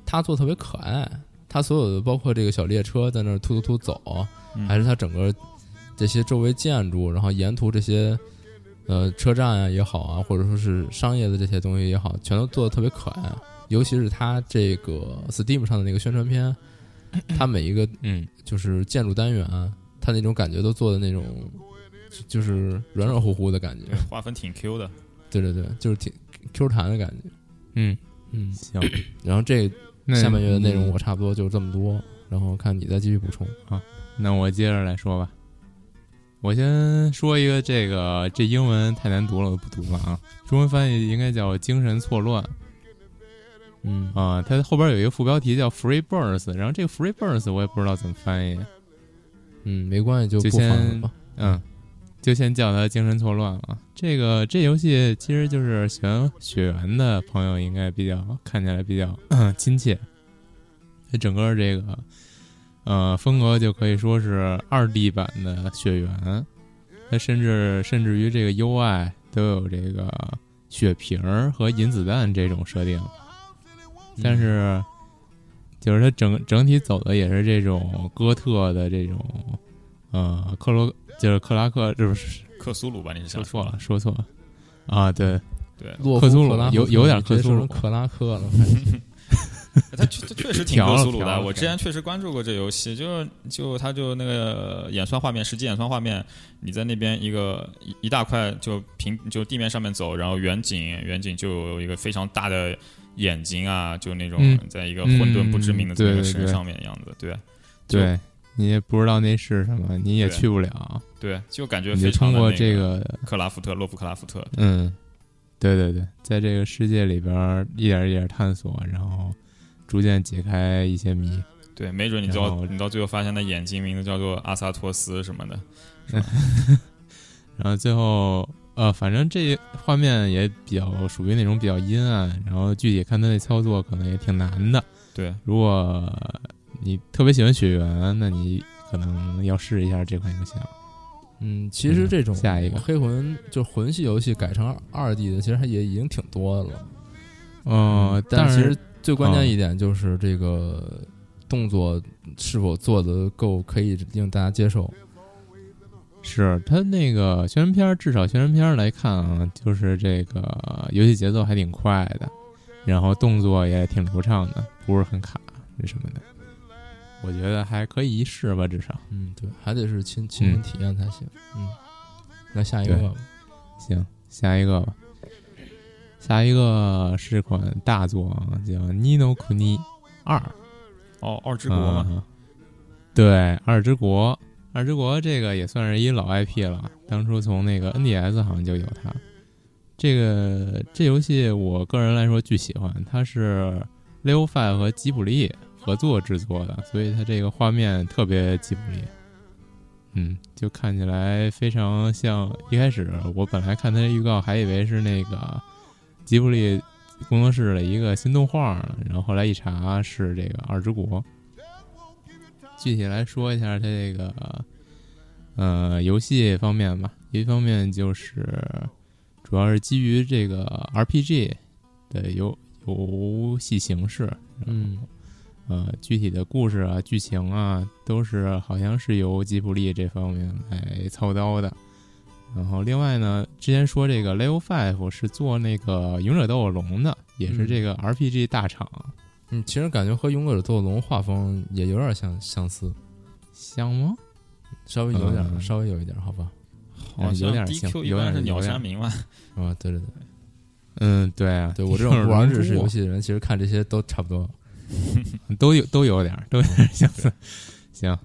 Speaker 2: 它做得特别可爱，它所有的包括这个小列车在那儿突突突走，
Speaker 3: 嗯
Speaker 2: 还是它整个这些周围建筑，然后沿途这些呃车站啊也好啊，或者说是商业的这些东西也好，全都做得特别可爱。啊尤其是它这个 Steam 上的那个宣传片，它每一个
Speaker 1: 嗯，
Speaker 2: 就是建筑单元，啊它那种感觉都做的那种就就是软软乎乎的感觉，
Speaker 3: 划分挺 Q 的，
Speaker 2: 对对对，就是挺 Q 弹的感觉，
Speaker 1: 嗯，
Speaker 2: 嗯。
Speaker 1: 行。
Speaker 2: 然后这
Speaker 1: 那
Speaker 2: 下半月的内容
Speaker 1: 你
Speaker 2: 我差不多就这么多，然后看你再继续补充。
Speaker 1: 那我接着来说吧。我先说一个，这个这英文太难读了，我就不读了啊。中文翻译应该叫“精神错乱”
Speaker 2: 嗯
Speaker 1: 啊、它后边有一个副标题叫 “Free Birds”，然后这个 “Free Birds” 我也不知道怎么翻译，啊
Speaker 2: 嗯，没关系，就
Speaker 1: 就
Speaker 2: 不烦了
Speaker 1: 先
Speaker 2: 吧。
Speaker 1: 嗯，就先叫它“精神错乱”了。这个这游戏其实就是血缘血缘的朋友应该比较看起来比较 咳亲切，它整个这个呃风格就可以说是二 D 版的血缘，它甚至甚至于这个 UI 都有这个血瓶儿和银子弹这种设定，但是就是它整整体走的也是这种哥特的这种呃克罗就是克拉克，这不是
Speaker 3: 克苏鲁吧？你是
Speaker 1: 说
Speaker 3: 想
Speaker 1: 错了，？说错了啊，
Speaker 3: 嗯
Speaker 1: 对，
Speaker 3: 对，
Speaker 2: 洛
Speaker 1: 克苏
Speaker 2: 苏
Speaker 1: 鲁
Speaker 2: 拉
Speaker 1: 有
Speaker 2: 克
Speaker 1: 有点
Speaker 2: 直接
Speaker 1: 克苏
Speaker 2: 说
Speaker 1: 鲁嗯
Speaker 2: 成克拉克了。
Speaker 3: 哎他确他确实挺
Speaker 1: 调了
Speaker 3: 克苏鲁
Speaker 1: 调
Speaker 3: 的。
Speaker 1: 了
Speaker 3: 我之前确实关注过这游戏，就是就它就那个演算画面，实际演算画面，你在那边一个一一大块就平就地面上面走，然后远景远景就有一个非常大的眼睛啊，就那种
Speaker 1: 嗯
Speaker 3: 在一个混沌不知名的这么一
Speaker 1: 嗯
Speaker 3: 个
Speaker 1: 对对
Speaker 3: 神
Speaker 1: 对
Speaker 3: 上面的样子，对
Speaker 1: 对你也不知道那是什么，你也
Speaker 3: 对
Speaker 1: 去不了，
Speaker 3: 对，就感觉
Speaker 1: 你就
Speaker 3: 非
Speaker 1: 通
Speaker 3: 常的
Speaker 1: 过
Speaker 3: 那
Speaker 1: 这
Speaker 3: 个
Speaker 1: 个
Speaker 3: 克拉夫特洛夫克拉夫特，
Speaker 1: 嗯，对对对，在这个世界里边儿一点儿一点儿探索，然后逐渐解开一些谜。
Speaker 3: 对，没准你
Speaker 1: 然
Speaker 3: 到
Speaker 1: 后
Speaker 3: 你到最后发现那眼睛名字叫做阿萨托斯什么的，
Speaker 1: 然后最后，呃，反正这画面也比较属于那种比较阴暗，然后具体看它的操作可能也挺难的。
Speaker 3: 对
Speaker 1: 如果你特别喜欢雪原，那你可能要试一下这款游戏啊。
Speaker 2: 嗯，其实这种
Speaker 1: 嗯下一个
Speaker 2: 黑魂就是魂系游戏改成二 D 的，其实还也已经挺多的了。
Speaker 1: 哦、
Speaker 2: 嗯但
Speaker 1: 是
Speaker 2: 其实最关
Speaker 1: 嗯
Speaker 2: 键一点就是这个动作是否做得够可以令大家接受。
Speaker 1: 是它那个宣传片儿，至少宣传片儿来看啊，就是这个游戏节奏还挺快的，然后动作也挺流畅的，不是很卡什么的。我觉得还可以一试吧，至少
Speaker 2: 嗯，对，还得是亲亲身体验才行。嗯，那下一个
Speaker 1: 对
Speaker 2: 吧，
Speaker 1: 行。下一个吧，下一个是款大作啊，叫《尼诺库尼二》。
Speaker 3: 哦，二之国嘛，
Speaker 1: 嗯对，二之国，二之国这个也算是一老 IP 了，当初从那个 NDS 好像就有它。这个这游戏我个人来说巨喜欢，它是 Leo Five 和吉卜力合作制作的，所以它这个画面特别吉卜力。嗯，就看起来非常像。一开始我本来看它的预告，还以为是那个吉卜力工作室的一个新动画呢，然后后来一查是这个《二之国》。具体来说一下它这个呃游戏方面吧，一方面就是主要是基于这个 RPG 的游游戏形式，
Speaker 2: 嗯，
Speaker 1: 呃，具体的故事啊、剧情啊，都是好像是由吉卜力这方面来操刀的。然后另外呢，之前说这个 Level Five 是做那个《勇者斗恶龙》的，也是
Speaker 2: 嗯
Speaker 1: 这个 RPG 大厂，
Speaker 2: 嗯，其实感觉和《勇者斗恶龙》画风也有点相相似，
Speaker 1: 像吗？
Speaker 2: 稍微有点儿，
Speaker 1: 嗯
Speaker 2: 稍微有一点儿，好吧？
Speaker 3: 好
Speaker 1: 有点
Speaker 3: 哎
Speaker 1: 像，
Speaker 3: 像 DQ 一
Speaker 1: 有点
Speaker 3: 般是鸟
Speaker 1: 有点
Speaker 3: 山明嘛，
Speaker 2: 啊，对对对，
Speaker 1: 嗯，对啊，
Speaker 2: 对我这
Speaker 1: 地球
Speaker 2: 种
Speaker 1: 人
Speaker 2: 不玩日式
Speaker 1: 住啊
Speaker 2: 游戏的人，其实看这些都差不多。
Speaker 1: 都有都有点儿，都有点儿 相似。行，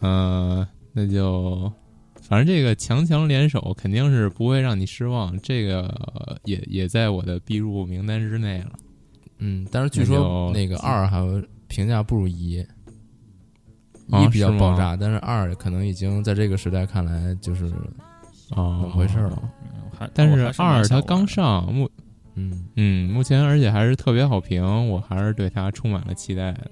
Speaker 1: 呃，那就反正这个强强联手肯定是不会让你失望，这个呃也也在我的必入名单之内了。
Speaker 2: 嗯，但是据
Speaker 1: 那
Speaker 2: 说
Speaker 1: 就
Speaker 2: 那个二还有评价不如一，
Speaker 1: 啊
Speaker 2: 一比较
Speaker 1: 是吗
Speaker 2: 爆炸，但是二可能已经在这个时代看来就是
Speaker 1: 哦
Speaker 2: 啊怎么回事儿？了。
Speaker 3: 嗯还
Speaker 1: 但
Speaker 3: 我
Speaker 1: 是
Speaker 3: 还是蛮
Speaker 1: 二
Speaker 3: 想
Speaker 1: 它
Speaker 3: 玩
Speaker 1: 刚
Speaker 3: 的
Speaker 1: 上，目
Speaker 2: 嗯，
Speaker 1: 嗯目前而且还是特别好评，我还是对它充满了期待的。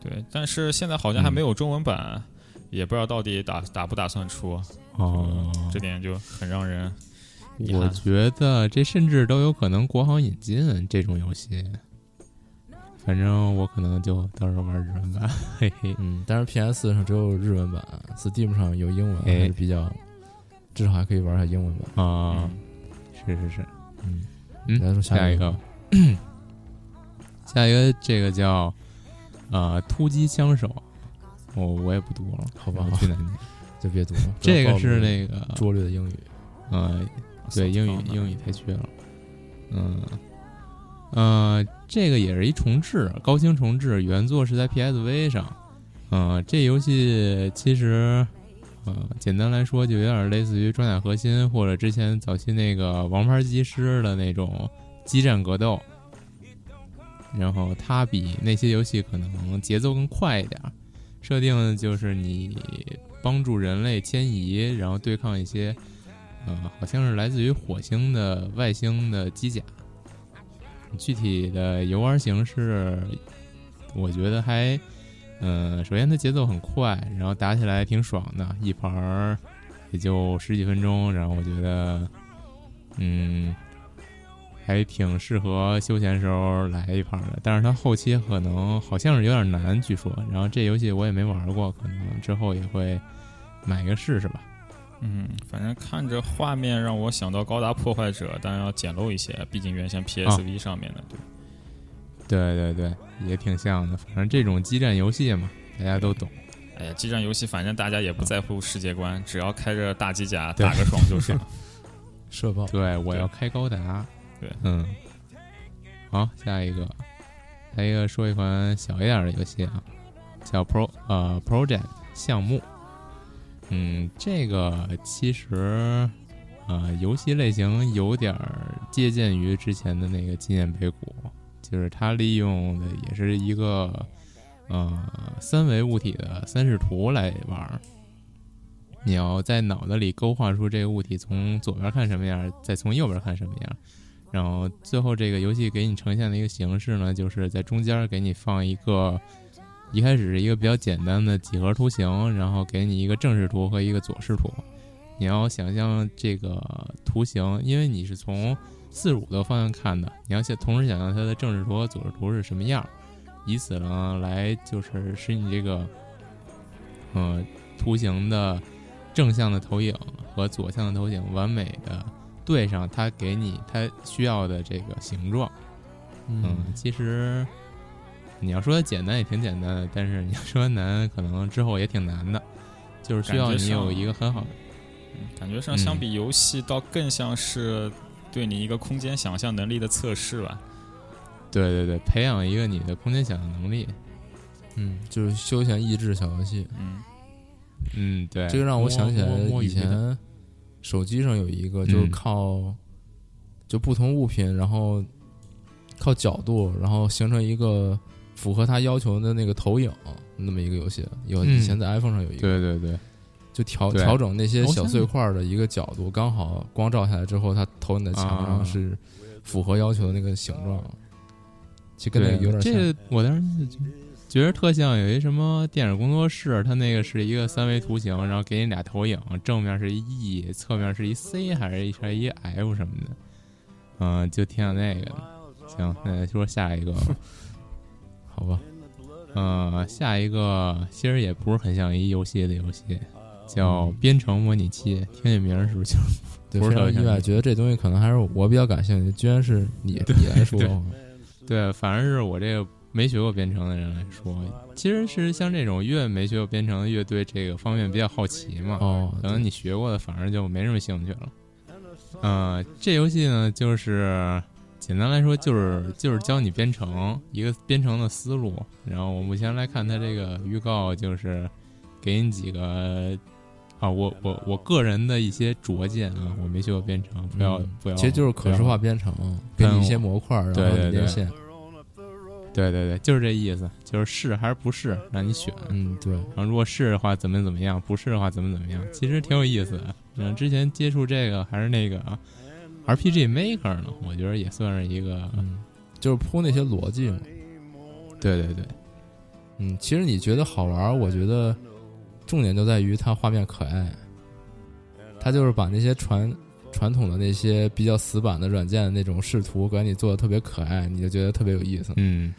Speaker 3: 对，但是现在好像还没有中文版，也不知道到底打打不打算出，
Speaker 1: 哦，
Speaker 3: 这点就很让人遗
Speaker 1: 我
Speaker 3: 憾。
Speaker 1: 觉得这甚至都有可能国行引进这种游戏。反正我可能就到时候玩日文版， 嘿嘿。
Speaker 2: 嗯，但是 PS 上只有日文版，Steam 上有英文，
Speaker 1: 哎
Speaker 2: 还是比较，至少还可以玩一下英文版。
Speaker 1: 啊、
Speaker 3: 嗯
Speaker 1: 是是是，
Speaker 2: 嗯
Speaker 1: 嗯，
Speaker 2: 来说下
Speaker 1: 下
Speaker 2: 一
Speaker 1: 一
Speaker 2: 个
Speaker 1: 个， 下一个这个叫呃突击枪手，我我也不读了，
Speaker 2: 好吧
Speaker 1: 我去难念。
Speaker 2: 就别读了。
Speaker 1: 这个
Speaker 2: 不要暴
Speaker 1: 是
Speaker 2: 露
Speaker 1: 那个
Speaker 2: 拙劣的英语，
Speaker 1: 呃，对英语英语太缺了，嗯。呃，这个也是一重置，高清重置，原作是在 PSV 上。嗯、这游戏其实，呃，简单来说就有点类似于《装甲核心》或者之前早期那个《王牌机师》的那种激战格斗。然后它比那些游戏可能节奏更快一点儿，设定就是你帮助人类迁移，然后对抗一些，呃，好像是来自于火星的外星的机甲。具体的游玩形式，我觉得还，嗯、首先它节奏很快，然后打起来挺爽的，一盘儿也就十几分钟，然后我觉得，嗯，还挺适合休闲时候来一盘儿的。但是它后期可能好像是有点难，据说。然后这游戏我也没玩过，可能之后也会买一个试试吧。
Speaker 3: 嗯，反正看着画面让我想到《高达破坏者》，但要简陋一些，毕竟原
Speaker 1: 啊
Speaker 3: 先 PSV 上面的。对
Speaker 1: 对对对，也挺像的。反正这种激战游戏嘛，大家都懂。
Speaker 3: 哎呀，激战游戏反正大家也不在乎世界观，只要开着大机甲
Speaker 1: 对
Speaker 3: 打个爽 就爽。
Speaker 2: 社爆。
Speaker 1: 对，我要开高达。
Speaker 3: 对
Speaker 1: 嗯。好，下一个，下一个说一款小一点的游戏啊，叫 Pro 呃 Project 项目。嗯，这个其实呃游戏类型有点儿借鉴于之前的那个纪念碑谷，就是它利用的也是一个呃三维物体的三视图来玩儿。你要在脑子里勾画出这个物体从左边看什么样，再从右边看什么样，然后最后这个游戏给你呈现的一个形式呢，就是在中间给你放一个，一开始是一个比较简单的几何图形，然后给你一个正视图和一个左视图。你要想象这个图形，因为你是从四十五度方向看的，你要想同时想象它的正视图和左视图是什么样，以此呢来就是使你这个，嗯、图形的正向的投影和左向的投影完美的对上它给你它需要的这个形状。嗯，其实你要说简单也挺简单的，但是你要说难，可能之后也挺难的，就是需要
Speaker 3: 感觉
Speaker 1: 你有
Speaker 3: 上
Speaker 1: 一个很好。
Speaker 3: 感觉上相比游戏，倒更像是对你一个空间想象能力的测试吧。
Speaker 1: 对对对，培养一个你的空间想象能力。
Speaker 2: 嗯，就是休闲益智小游戏。
Speaker 3: 嗯，
Speaker 1: 嗯，对，
Speaker 2: 这个让我想起来
Speaker 1: 摸摸摸
Speaker 2: 以
Speaker 1: 鱼的
Speaker 2: 前手机上有一个，就是
Speaker 1: 嗯
Speaker 2: 靠就不同物品，然后靠角度，然后形成一个符合他要求的那个投影，那么一个游戏。有
Speaker 1: 嗯
Speaker 2: 以前在 iPhone 上有一个，
Speaker 1: 对对对，
Speaker 2: 就调
Speaker 1: 对
Speaker 2: 调整那些
Speaker 1: 哦
Speaker 2: 小
Speaker 1: 像
Speaker 2: 碎块的一个角度，刚好光照下来之后，它投你的墙上
Speaker 1: 啊
Speaker 2: 是符合要求的那个形状，其实跟那个
Speaker 1: 嗯对
Speaker 2: 有点像。
Speaker 1: 这个我当时就觉得觉得特像有一什么电影工作室，它那个是一个三维图形，然后给你俩投影，正面是一 E，侧面是一 C 还是一还是一 F 什么的，嗯、就挺像那个的。行，那说下一个吧，
Speaker 2: 好吧，
Speaker 1: 呃，下一个其实也不是很像一游戏的游戏，叫《编程模拟器》，听这名儿是不是就
Speaker 2: 嗯对，
Speaker 1: 不
Speaker 2: 非
Speaker 1: 是
Speaker 2: 常
Speaker 1: 特别像
Speaker 2: 意外，
Speaker 1: 你
Speaker 2: 觉得这东西可能还是我比较感兴趣，居然是你你来说
Speaker 1: 对，对，反而是我这个没学过编程的人来说，其实是像这种越没学过编程的，越对这个方面比较好奇嘛。
Speaker 2: 哦，
Speaker 1: 可能你学过的反而就没什么兴趣了。呃，这游戏呢，就是简单来说就是就是教你编程一个编程的思路。然后我目前来看，它这个预告就是给你几个啊，我我我个人的一些拙见啊，我没学过编程，不要、
Speaker 2: 嗯
Speaker 1: 不要，
Speaker 2: 其实就是可视化编程，给你一些模块，然
Speaker 1: 对
Speaker 2: 后
Speaker 1: 对
Speaker 2: 你
Speaker 1: 对
Speaker 2: 连线。
Speaker 1: 对对对，就是这意思，就是是还是不是，让你选。
Speaker 2: 嗯，对，
Speaker 1: 然后如果是的话，怎么怎么样；不是的话，怎么怎么样。其实挺有意思的。嗯，之前接触这个还是那个啊 RPG Maker 呢，我觉得也算是一个，
Speaker 2: 嗯，就是铺那些逻辑嘛。
Speaker 1: 对对对，
Speaker 2: 嗯，其实你觉得好玩儿，我觉得重点就在于它画面可爱，它就是把那些传传统的那些比较死板的软件的那种视图，给你做的特别可爱，你就觉得特别有意思。
Speaker 1: 嗯。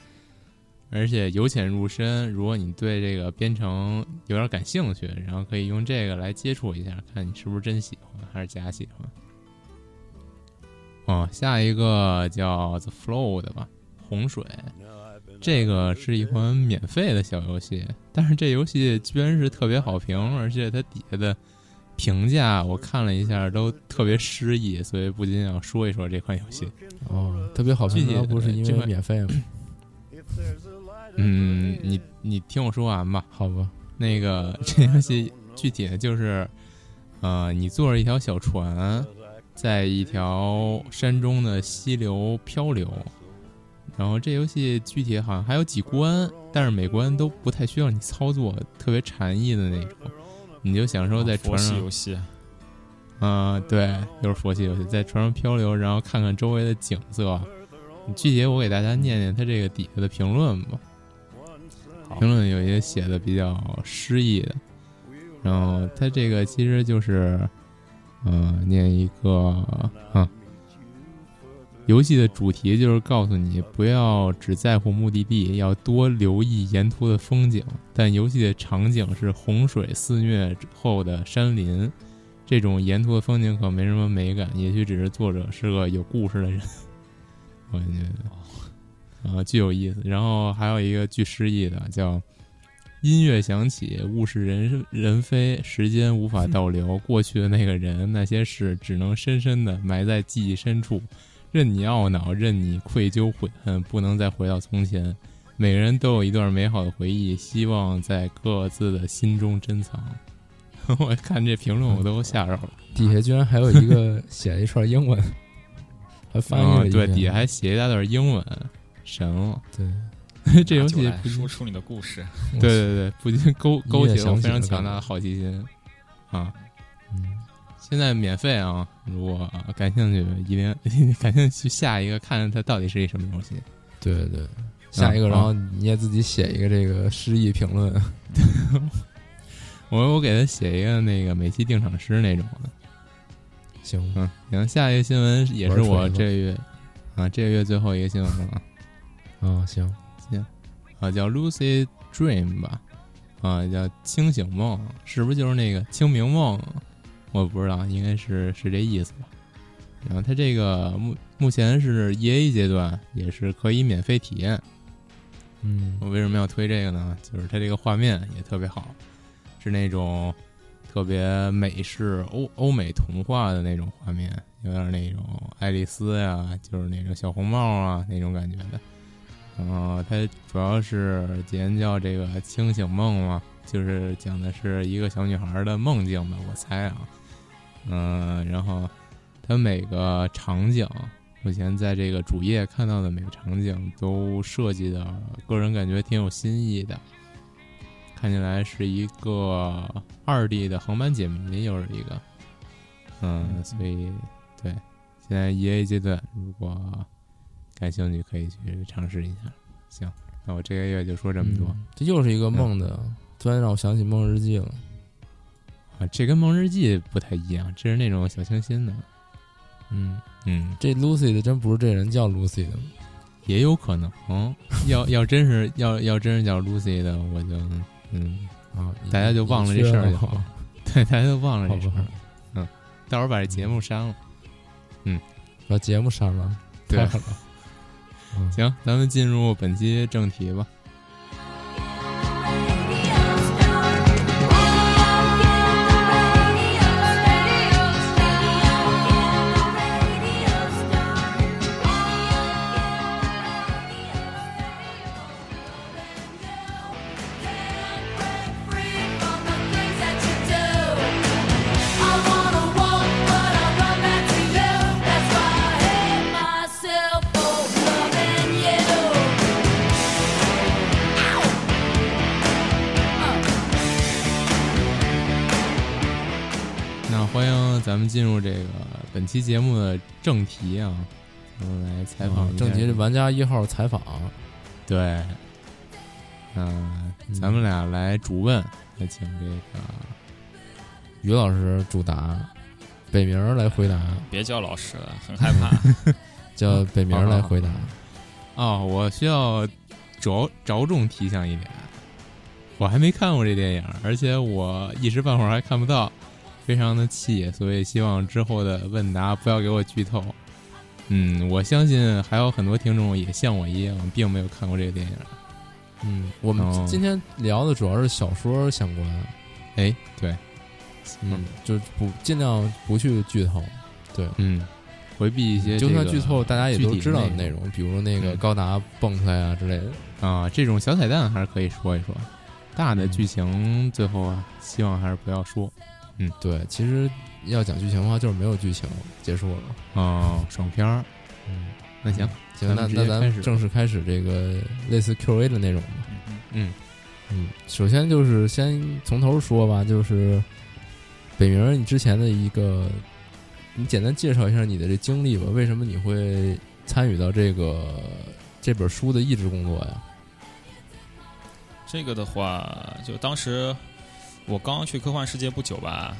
Speaker 1: 而且由浅入深，如果你对这个编程有点感兴趣，然后可以用这个来接触一下，看你是不是真喜欢还是假喜欢。哦，下一个叫 The Flow 的吧，洪水。这个是一款免费的小游戏，但是这游戏居然是特别好评，而且它底下的评价我看了一下都特别诗意，所以不禁要说一说这款游戏。
Speaker 2: 哦，特别好评
Speaker 1: 具体的
Speaker 2: 它不是因
Speaker 1: 这
Speaker 2: 为
Speaker 1: 款
Speaker 2: 免费吗？
Speaker 1: 嗯，你你听我说完吧。
Speaker 2: 好吧，
Speaker 1: 那个这游戏具体的就是，呃，你坐着一条小船，在一条山中的溪流漂流。然后这游戏具体好像还有几关，但是每关都不太需要你操作，特别禅意的那种。你就享受在
Speaker 3: 佛
Speaker 1: 船
Speaker 3: 系
Speaker 1: 上
Speaker 3: 游戏，
Speaker 1: 啊、对，又是佛系游戏，在船上漂流，然后看看周围的景色。啊具体我给大家念念它这个底下的评论吧。评论有一些写的比较诗意的，然后它这个其实就是，呃，念一个，啊，游戏的主题就是告诉你不要只在乎目的地，要多留意沿途的风景。但游戏的场景是洪水肆虐后的山林，这种沿途的风景可没什么美感，也许只是作者是个有故事的人，我感觉，啊，具有意思。然后还有一个具诗意的叫“音乐响起，物是人人非，时间无法倒流，过去的那个人那些事，只能深深的埋在记忆深处，任你懊恼，任你愧疚悔恨，不能再回到从前。”每个人都有一段美好的回忆，希望在各自的心中珍藏。 我看这评论我都吓着了。
Speaker 2: 底下居然还有一 个写了一串英文，还翻译了
Speaker 1: 嗯
Speaker 2: 一
Speaker 1: 对，
Speaker 2: 遍
Speaker 1: 底下还写一大段英文，神了！
Speaker 2: 对，
Speaker 1: 这游戏
Speaker 3: 拿酒来
Speaker 1: 不禁
Speaker 3: 说出你的故事，
Speaker 1: 对对对，不禁勾勾起了我非常
Speaker 2: 音乐响起的感觉
Speaker 1: 强大的好奇心啊！
Speaker 2: 嗯，
Speaker 1: 现在免费啊，如果感兴趣，一定 感兴趣下一个，看看它到底是一什么游戏。
Speaker 2: 对对对。下一个，
Speaker 1: 嗯
Speaker 2: 然后你也自己写一个这个诗意评论，
Speaker 1: 我我给他写一个那个每期定场诗那种的。
Speaker 2: 行吗？
Speaker 1: 嗯， 行，下一个新闻也是我
Speaker 2: 玩水吗
Speaker 1: 这个月啊这个月最后一个新闻了啊。
Speaker 2: 啊，行，
Speaker 1: 啊，叫 Lucy Dream 吧，啊，叫清醒梦，是不是就是那个清明梦？我不知道，应该是是这意思吧。然后它这个目目前是 EA 阶段，也是可以免费体验。
Speaker 2: 嗯，
Speaker 1: 我为什么要推这个呢？就是它这个画面也特别好，是那种特别美式欧欧美童话的那种画面，有点那种爱丽丝呀、就是那种小红帽啊那种感觉的。然后它主要是既然叫这个清醒梦嘛，就是讲的是一个小女孩的梦境吧，我猜啊。嗯、然后它每个场景目前在这个主页看到的每个场景都设计的，个人感觉挺有新意的。看起来是一个二 D 的横版解谜，又是一个，嗯，所以对，现在 EA 阶段，如果感兴趣可以去尝试一下。行，那我这个月就说这么多、嗯
Speaker 2: 嗯这又是一个梦的，突然让我想起《梦日记》了。
Speaker 1: 啊，这跟《梦日记》不太一样，这是那种小清新的，
Speaker 2: 嗯，
Speaker 1: 嗯，
Speaker 2: 这 Lucy 的真不是这人叫 Lucy 的吗，
Speaker 1: 也有可能。嗯 要要真是要要真是叫 Lucy 的，我就嗯，
Speaker 2: 啊，
Speaker 1: 大家就忘了这事儿就
Speaker 2: 好
Speaker 1: 好。对，大家都忘了
Speaker 2: 好
Speaker 1: 这事
Speaker 2: 吧，
Speaker 1: 儿。到时候把这节目删了。
Speaker 2: 把节目删了，
Speaker 1: 对
Speaker 2: 太狠了。嗯
Speaker 1: 行，咱们进入本期正题吧。
Speaker 4: Thank
Speaker 1: 咱们进入这个本期节目的正题啊，咱们来采访一下
Speaker 2: 啊正题是玩家一号采访，
Speaker 1: 对，嗯、咱们俩来主问，来请这个
Speaker 2: 于老师主答，北明儿来回答，
Speaker 3: 别叫老师了，很害怕。
Speaker 1: 嗯
Speaker 2: 叫北明儿来回答。
Speaker 1: 哦，我需要着着重提醒一点，我还没看过这电影，而且我一时半会儿还看不到，非常的气，所以希望之后的问答不要给我剧透。嗯，我相信还有很多听众也像我一样，并没有看过这个电影。
Speaker 2: 嗯，我们
Speaker 1: 哦
Speaker 2: 今天聊的主要是小说相关，
Speaker 1: 哎，对，
Speaker 2: 嗯，就不尽量不去剧透，
Speaker 1: 嗯，回避一些这
Speaker 2: 就
Speaker 1: 个、
Speaker 2: 算剧透，大家也都知道的
Speaker 1: 具体
Speaker 2: 内
Speaker 1: 内容
Speaker 2: 容，比如那个
Speaker 1: 嗯
Speaker 2: 高达蹦出来啊之类的。
Speaker 1: 啊，这种小彩蛋还是可以说一说，大的剧情最后啊，希望还是不要说。
Speaker 2: 对，其实要讲剧情的话，就是没有剧情，结束了。
Speaker 1: 哦，爽片儿，
Speaker 2: 嗯，
Speaker 1: 那行，
Speaker 2: 行，
Speaker 1: 咱
Speaker 2: 那
Speaker 1: 们直
Speaker 2: 那
Speaker 1: 接
Speaker 2: 咱
Speaker 1: 开
Speaker 2: 们
Speaker 1: 始
Speaker 2: 正式开始这个类似 Q&A 的内容吧。
Speaker 3: 嗯
Speaker 1: 嗯
Speaker 2: 嗯，首先就是先从头说吧，就是北明儿，你之前的一个，你简单介绍一下你的这经历吧，为什么你会参与到这个这本书的译制工作 呀？
Speaker 3: 这个的话，就当时我刚去科幻世界不久吧，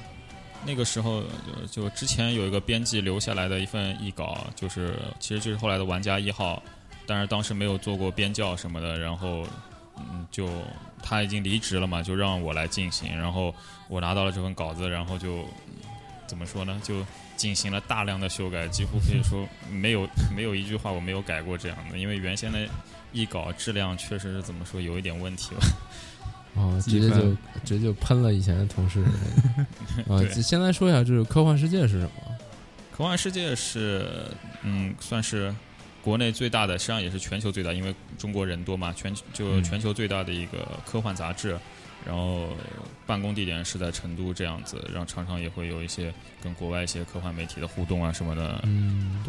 Speaker 3: 那个时候就就之前有一个编辑留下来的一份译稿，就是其实就是后来的玩家一号，但是当时没有做过编校什么的，然后嗯，就他已经离职了嘛，就让我来进行，然后我拿到了这份稿子，然后就嗯怎么说呢，就。进行了大量的修改，几乎可以说没有没有一句话我没有改过这样的，因为原先的译稿质量确实是怎么说有一点问题吧。
Speaker 2: 啊，直
Speaker 1: 积
Speaker 2: 接
Speaker 1: 分
Speaker 2: 就直接就喷了以前的同事。啊，
Speaker 3: 对
Speaker 2: 先来说一下，就是科幻世界是什么？
Speaker 3: 科幻世界是，嗯，算是国内最大的，实际上也是全球最大，因为中国人多嘛，全就
Speaker 1: 嗯
Speaker 3: 全球最大的一个科幻杂志。然后办公地点是在成都这样子，然后常常也会有一些跟国外一些科幻媒体的互动啊什么的。
Speaker 1: 嗯，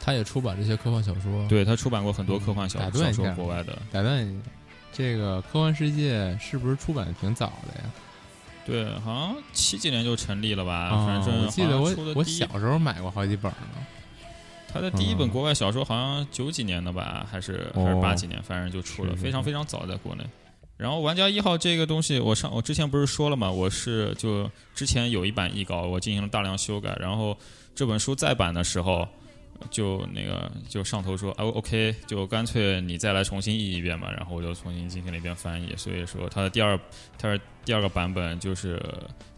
Speaker 2: 他也出版这些科幻小说。，
Speaker 3: 对他出版过很多科幻
Speaker 1: 嗯
Speaker 3: 小
Speaker 1: 打断
Speaker 3: 小
Speaker 1: 一下
Speaker 3: 说，国外的。
Speaker 1: 打断一下，这个科幻世界是不是出版的挺早的呀？
Speaker 3: 对，好像七几年就成立了吧？反正
Speaker 1: 哦啊我记得
Speaker 3: 好
Speaker 1: 我
Speaker 3: 像出的
Speaker 1: 我
Speaker 3: 第一
Speaker 1: 小时候买过好几本呢。
Speaker 3: 他的第一本
Speaker 1: 嗯
Speaker 3: 国外小说好像九几年的吧，还是
Speaker 1: 哦
Speaker 3: 还是八几年，反正就出了，
Speaker 1: 是是
Speaker 3: 非常非常早在国内。然后玩家一号这个东西，我上我之前不是说了嘛，我是就之前有一版译稿，我进行了大量修改，然后这本书再版的时候，就那个就上头说，啊 OK，就干脆你再来重新译一遍吧，然后我就重新进行了一遍翻译，所以说它的第二它的第二个版本就是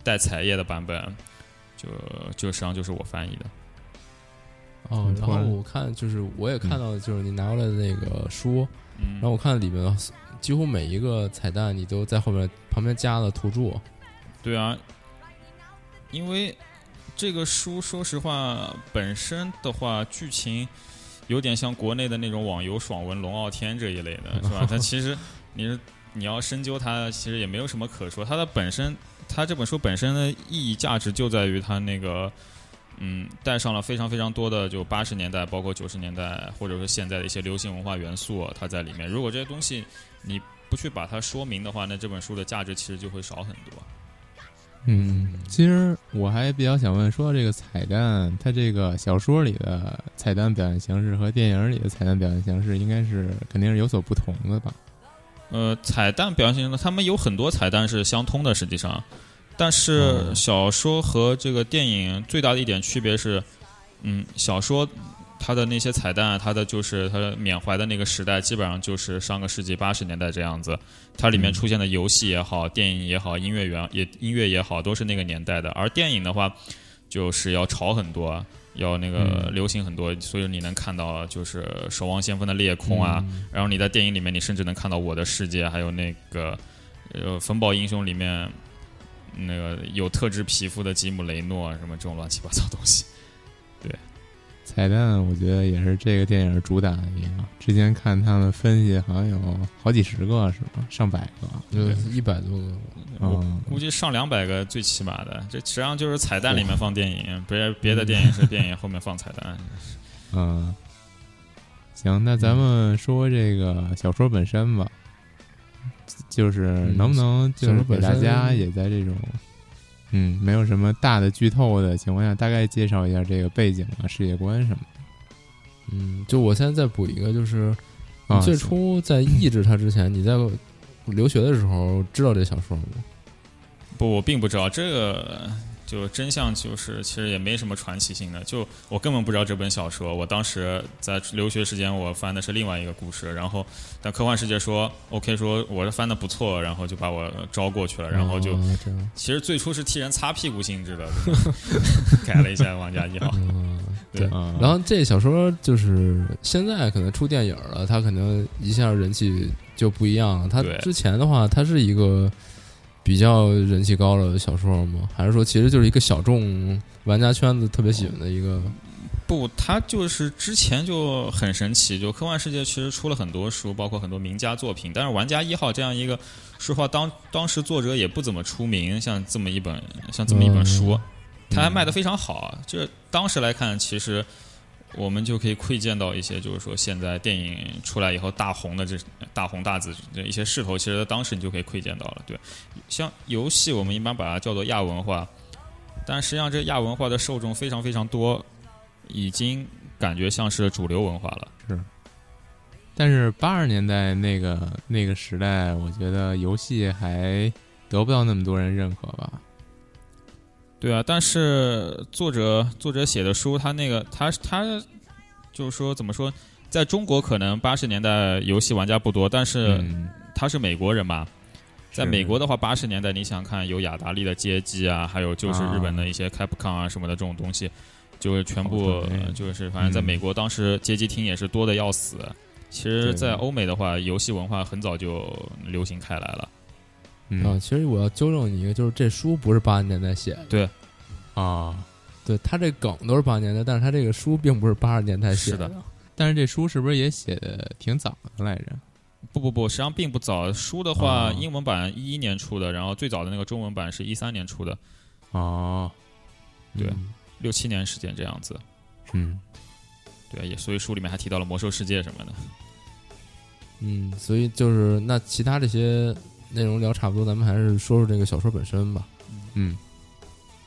Speaker 3: 带彩页的版本，就就实际上就是我翻译的。
Speaker 2: 哦，
Speaker 1: 嗯
Speaker 2: 然
Speaker 1: 突
Speaker 2: 后
Speaker 1: 然
Speaker 2: 我看就是我也看到，就是你拿过来的那个书，
Speaker 3: 嗯，
Speaker 2: 然后我看里面几乎每一个彩蛋，你都在后面旁边加了图注。
Speaker 3: 对啊，因为这个书，说实话，本身的话，剧情有点像国内的那种网游爽文龙傲天这一类的，是吧？它其实你是你要深究它，其实也没有什么可说。它的本身，它这本书本身的意义价值就在于它那个。嗯，带上了非常非常多的，就八十年代，包括九十年代，或者说现在的一些流行文化元素、它在里面。如果这些东西你不去把它说明的话，那这本书的价值其实就会少很多。
Speaker 1: 嗯，其实我还比较想问，说到这个彩蛋，它这个小说里的彩蛋表现形式和电影里的彩蛋表现形式，应该是肯定是有所不同的吧？
Speaker 3: 呃，彩蛋表现形式，他们有很多彩蛋是相通的，实际上，但是小说和这个电影最大的一点区别是，嗯，小说它的那些彩蛋啊，它的就是它的缅怀的那个时代，基本上就是上个世纪八十年代这样子，它里面出现的游戏也好，电影也好，音乐元也音乐也好，都是那个年代的，而电影的话，就是要潮很多。要那个
Speaker 1: 嗯
Speaker 3: 流行很多，所以你能看到就是《守望先锋》的
Speaker 1: 嗯
Speaker 3: 裂空啊，然后你在电影里面，你甚至能看到《我的世界》，还有那个呃《风暴英雄》里面那个有特制皮肤的吉姆雷诺啊什么这种乱七八糟东西。
Speaker 1: 彩蛋，我觉得也是这个电影主打的一个。之前看他们分析，好像有好几十个是吧？上百个。
Speaker 2: 就一百多个，
Speaker 3: 我
Speaker 1: 嗯，
Speaker 3: 估计上两百个最起码的，这实际上就是彩蛋里面放电影，别别的电影是电影后面放彩蛋。
Speaker 1: 嗯，行，那咱们说这个小说本身吧，就是能不能就是给大家也在这种嗯，没有什么大的剧透的情况下，大概介绍一下这个背景啊、世界观什么
Speaker 2: 嗯，就我现在再补一个，就是
Speaker 1: 的。啊，
Speaker 2: 最初在抑制它之前，你在留学的时候知道这小说吗？
Speaker 3: 不，我并不知道这个。就真相就是，其实也没什么传奇性的。就我根本不知道这本小说。我当时在留学时间，我翻的是另外一个故事。然后，但科幻世界说 OK，说我这翻的不错，然后就把我招过去了。然后就、
Speaker 2: 哦这样，
Speaker 3: 其实最初是替人擦屁股性质的， 改了一下《王家一号》。
Speaker 2: 嗯，
Speaker 3: 对
Speaker 1: 啊，
Speaker 2: 然后这小说就是现在可能出电影了，它可能一下人气就不一样了。它
Speaker 3: 对
Speaker 2: 之前的话，它是一个比较人气高的小说吗？还是说其实就是一个小众玩家圈子特别喜欢的一个？
Speaker 3: 不，他就是之前就很神奇，就科幻世界其实出了很多书，包括很多名家作品，但是《玩家一号》这样一个，说实话当当时作者也不怎么出名，像这么一本像这么一本书，他还卖的非常好，这当时来看，其实我们就可以窥见到一些，就是说现在电影出来以后大红的这大红大紫的一些势头，其实在当时你就可以窥见到了。对，像游戏我们一般把它叫做亚文化，但实际上这亚文化的受众非常非常多，已经感觉像是主流文化了。
Speaker 1: 但是八二年代那个那个时代，我觉得游戏还得不到那么多人认可吧。
Speaker 3: 对啊，但是作者作者写的书，他那个他他就是说怎么说，在中国可能八十年代游戏玩家不多，但是。
Speaker 1: 嗯，
Speaker 3: 他是美国人嘛，在
Speaker 1: 是
Speaker 3: 美国的话，八十年代你想想看，有雅达利的街机啊，还有就是日本的一些 Capcom 啊什么的这种东西，就是全部
Speaker 1: 好准备
Speaker 3: 就是反
Speaker 1: 嗯
Speaker 3: 正在美国当时街机厅也是多的要死。其实，
Speaker 1: 对
Speaker 3: 在欧美的话，游戏文化很早就流行开来了。
Speaker 1: 嗯
Speaker 2: 啊，其实我要纠正你一个，就是这书不是八十年代写的，
Speaker 1: 啊，
Speaker 2: 对他这梗都是八十年代，但是他这个书并不是八十年代写
Speaker 3: 是的，
Speaker 1: 但是这书是不是也写的挺早的来着？
Speaker 3: 不不不，实际上并不早。书的话，
Speaker 1: 哦
Speaker 3: 英文版一一年出的，然后最早的那个中文版是一三年出的，
Speaker 1: 哦，
Speaker 3: 对
Speaker 1: 嗯
Speaker 3: 六七年时间这样子。
Speaker 1: 嗯，
Speaker 3: 对，也所以书里面还提到了魔兽世界什么的。
Speaker 2: 嗯，所以就是那其他这些内容聊差不多，咱们还是说说这个小说本身吧。
Speaker 1: 嗯，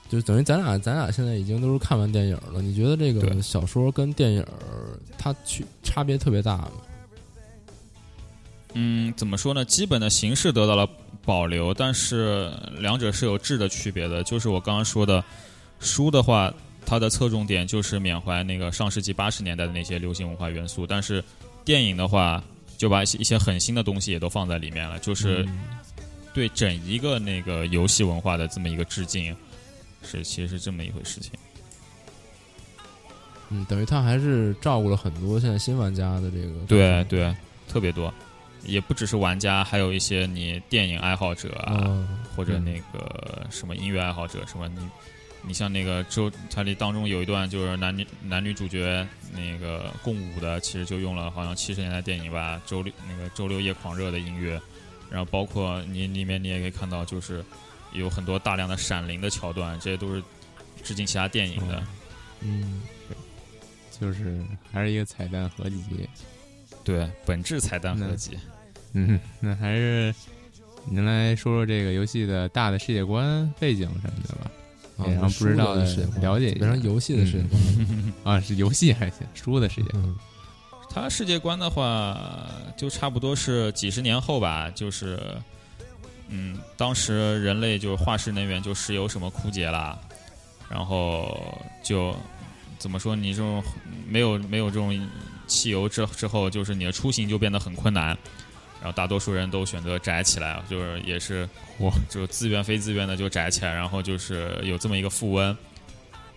Speaker 2: 就等于咱俩咱俩现在已经都是看完电影了，你觉得这个
Speaker 3: 对
Speaker 2: 小说跟电影它区差别特别大吗？
Speaker 3: 嗯，怎么说呢？基本的形式得到了保留，但是两者是有质的区别的。就是我刚刚说的，书的话，它的侧重点就是缅怀那个上世纪八十年代的那些流行文化元素，但是电影的话，就把一些一些很新的东西也都放在里面了，
Speaker 2: 嗯
Speaker 3: 就是对整一个那个游戏文化的这么一个致敬，是其实是这么一回事情。
Speaker 2: 嗯，等于它还是照顾了很多现在新玩家的这个
Speaker 3: 对对，特别多，也不只是玩家，还有一些你电影爱好者啊。
Speaker 2: 啊，
Speaker 3: 或者那个什么音乐爱好者，什么你，你像那个周它里当中有一段就是男女男女主角那个共舞的，其实就用了好像七十年代电影吧，周六那个周六夜狂热的音乐，然后包括你里面你也可以看到，就是有很多大量的闪灵的桥段，这些都是致敬其他电影的。
Speaker 2: 嗯，
Speaker 1: 就是还是一个彩蛋合集。
Speaker 3: 对，本质彩蛋合集。
Speaker 1: 嗯，那还是您来说说这个游戏的大的世界观背景什么的吧。
Speaker 2: 啊
Speaker 1: 也让不知道的
Speaker 2: 书的世界观
Speaker 1: 了解一下嗯
Speaker 2: 变成游戏的世界观，
Speaker 1: 啊，是游戏还行，书的世界观。
Speaker 2: 嗯
Speaker 3: 它世界观的话，就差不多是几十年后吧，就是，嗯，当时人类就是化石能源就石油什么枯竭啦，然后就怎么说，你这种没有没有这种汽油之之后，就是你的出行就变得很困难，然后大多数人都选择宅起来，就是也是
Speaker 1: 哇，
Speaker 3: 就自愿非自愿的就宅起来，然后就是有这么一个富翁，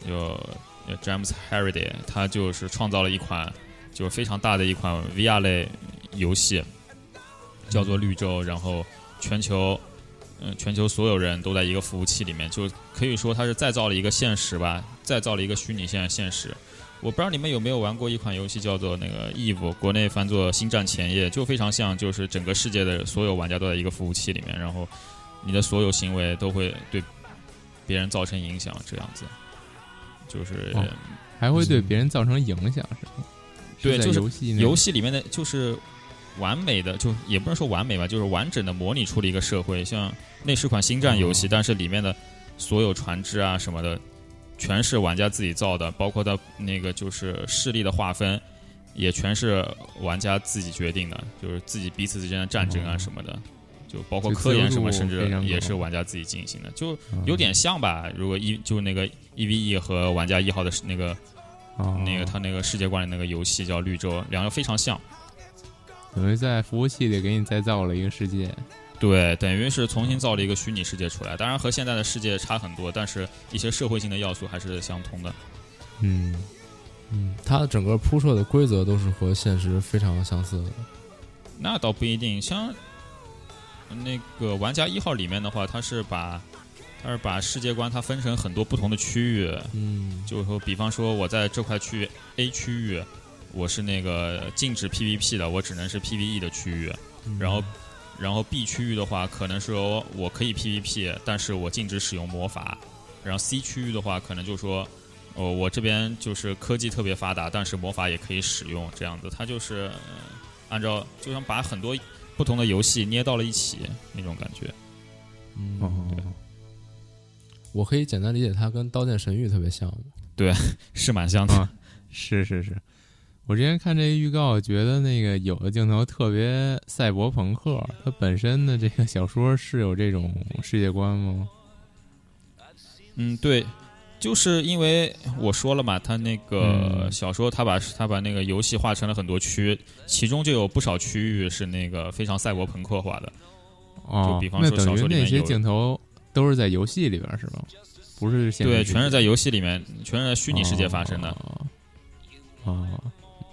Speaker 3: 有。有 James Halliday，他就是创造了一款就是非常大的一款 VR 类游戏，叫做绿洲，然后全球，嗯、全球所有人都在一个服务器里面，就可以说它是再造了一个现实吧，再造了一个虚拟现现实。我不知道你们有没有玩过一款游戏叫做那个 EVE，国内翻作《星战前夜》，就非常像，就是整个世界的所有玩家都在一个服务器里面，然后你的所有行为都会对别人造成影响，这样子，就是。
Speaker 1: 哦还会对别人造成影响是吗？
Speaker 3: 对
Speaker 1: 在
Speaker 3: 就是
Speaker 1: 游戏内
Speaker 3: 游戏里面的就是完美的，就也
Speaker 1: 嗯
Speaker 3: 不能说完美吧，就是完整的模拟出了一个社会。像那是款星战游戏，但是里面的所有船只啊什么的，全是玩家自己造的，包括它那个就是势力的划分，也全是玩家自己决定的，就是自己彼此之间的战争啊什么的，就包
Speaker 1: 嗯
Speaker 3: 括
Speaker 1: 就
Speaker 3: 科
Speaker 1: 自由
Speaker 3: 研什么，
Speaker 1: 度
Speaker 3: 甚至
Speaker 1: 非常
Speaker 3: 也
Speaker 1: 高
Speaker 3: 是玩家自己进行的，就
Speaker 1: 啊
Speaker 3: 有点像吧。如果一就那个 E V E 和玩家一号的那个
Speaker 1: 哦
Speaker 3: 那个他那个世界观里那个游戏叫绿洲，两个非常像。
Speaker 1: 等于在服务器里给你再造了一个世界，
Speaker 3: 对，等于是重新造了一个虚拟世界出来，当然和现在的世界差很多，但是一些社会性的要素还是相通的。
Speaker 1: 嗯，
Speaker 2: 嗯，它整个铺设的规则都是和现实非常相似的。
Speaker 3: 那倒不一定，像那个玩家一号里面的话，它是把它是把世界观它分成很多不同的区域，
Speaker 2: 嗯，
Speaker 3: 就是说，比方说我在这块区域 A 区域，我是那个禁止 PVP 的，我只能是 PVE 的区域，然后。然后 B 区域的话，可能说我可以 PVP，但是我禁止使用魔法。然后 C 区域的话，可能就说，哦，我这边就是科技特别发达，但是魔法也可以使用，这样子，它就是、呃按照就想把很多不同的游戏捏到了一起那种感觉。
Speaker 2: 嗯，
Speaker 1: 哦，
Speaker 2: 我可以简单理解它跟《刀剑神域》特别像。
Speaker 3: 是蛮像的。
Speaker 1: 啊是是是，我之前看这预告，觉得那个有的镜头特别赛博朋克，它本身的这个小说是有这种世界观吗？
Speaker 3: 嗯，对，就是因为我说了嘛，他那个
Speaker 1: 嗯
Speaker 3: 小说，他把他把那个游戏划成了很多区，其中就有不少区域是那个非常赛博朋克化的。
Speaker 1: 哦
Speaker 3: 就比，方
Speaker 1: 那
Speaker 3: 说小
Speaker 1: 等于
Speaker 3: 说里面
Speaker 1: 那些
Speaker 3: 有
Speaker 1: 镜头都是在游戏里边是吧？不是现实
Speaker 3: 对，
Speaker 1: 世界
Speaker 3: 全是在游戏里面，全是在虚拟世界发生的。
Speaker 1: 哦。哦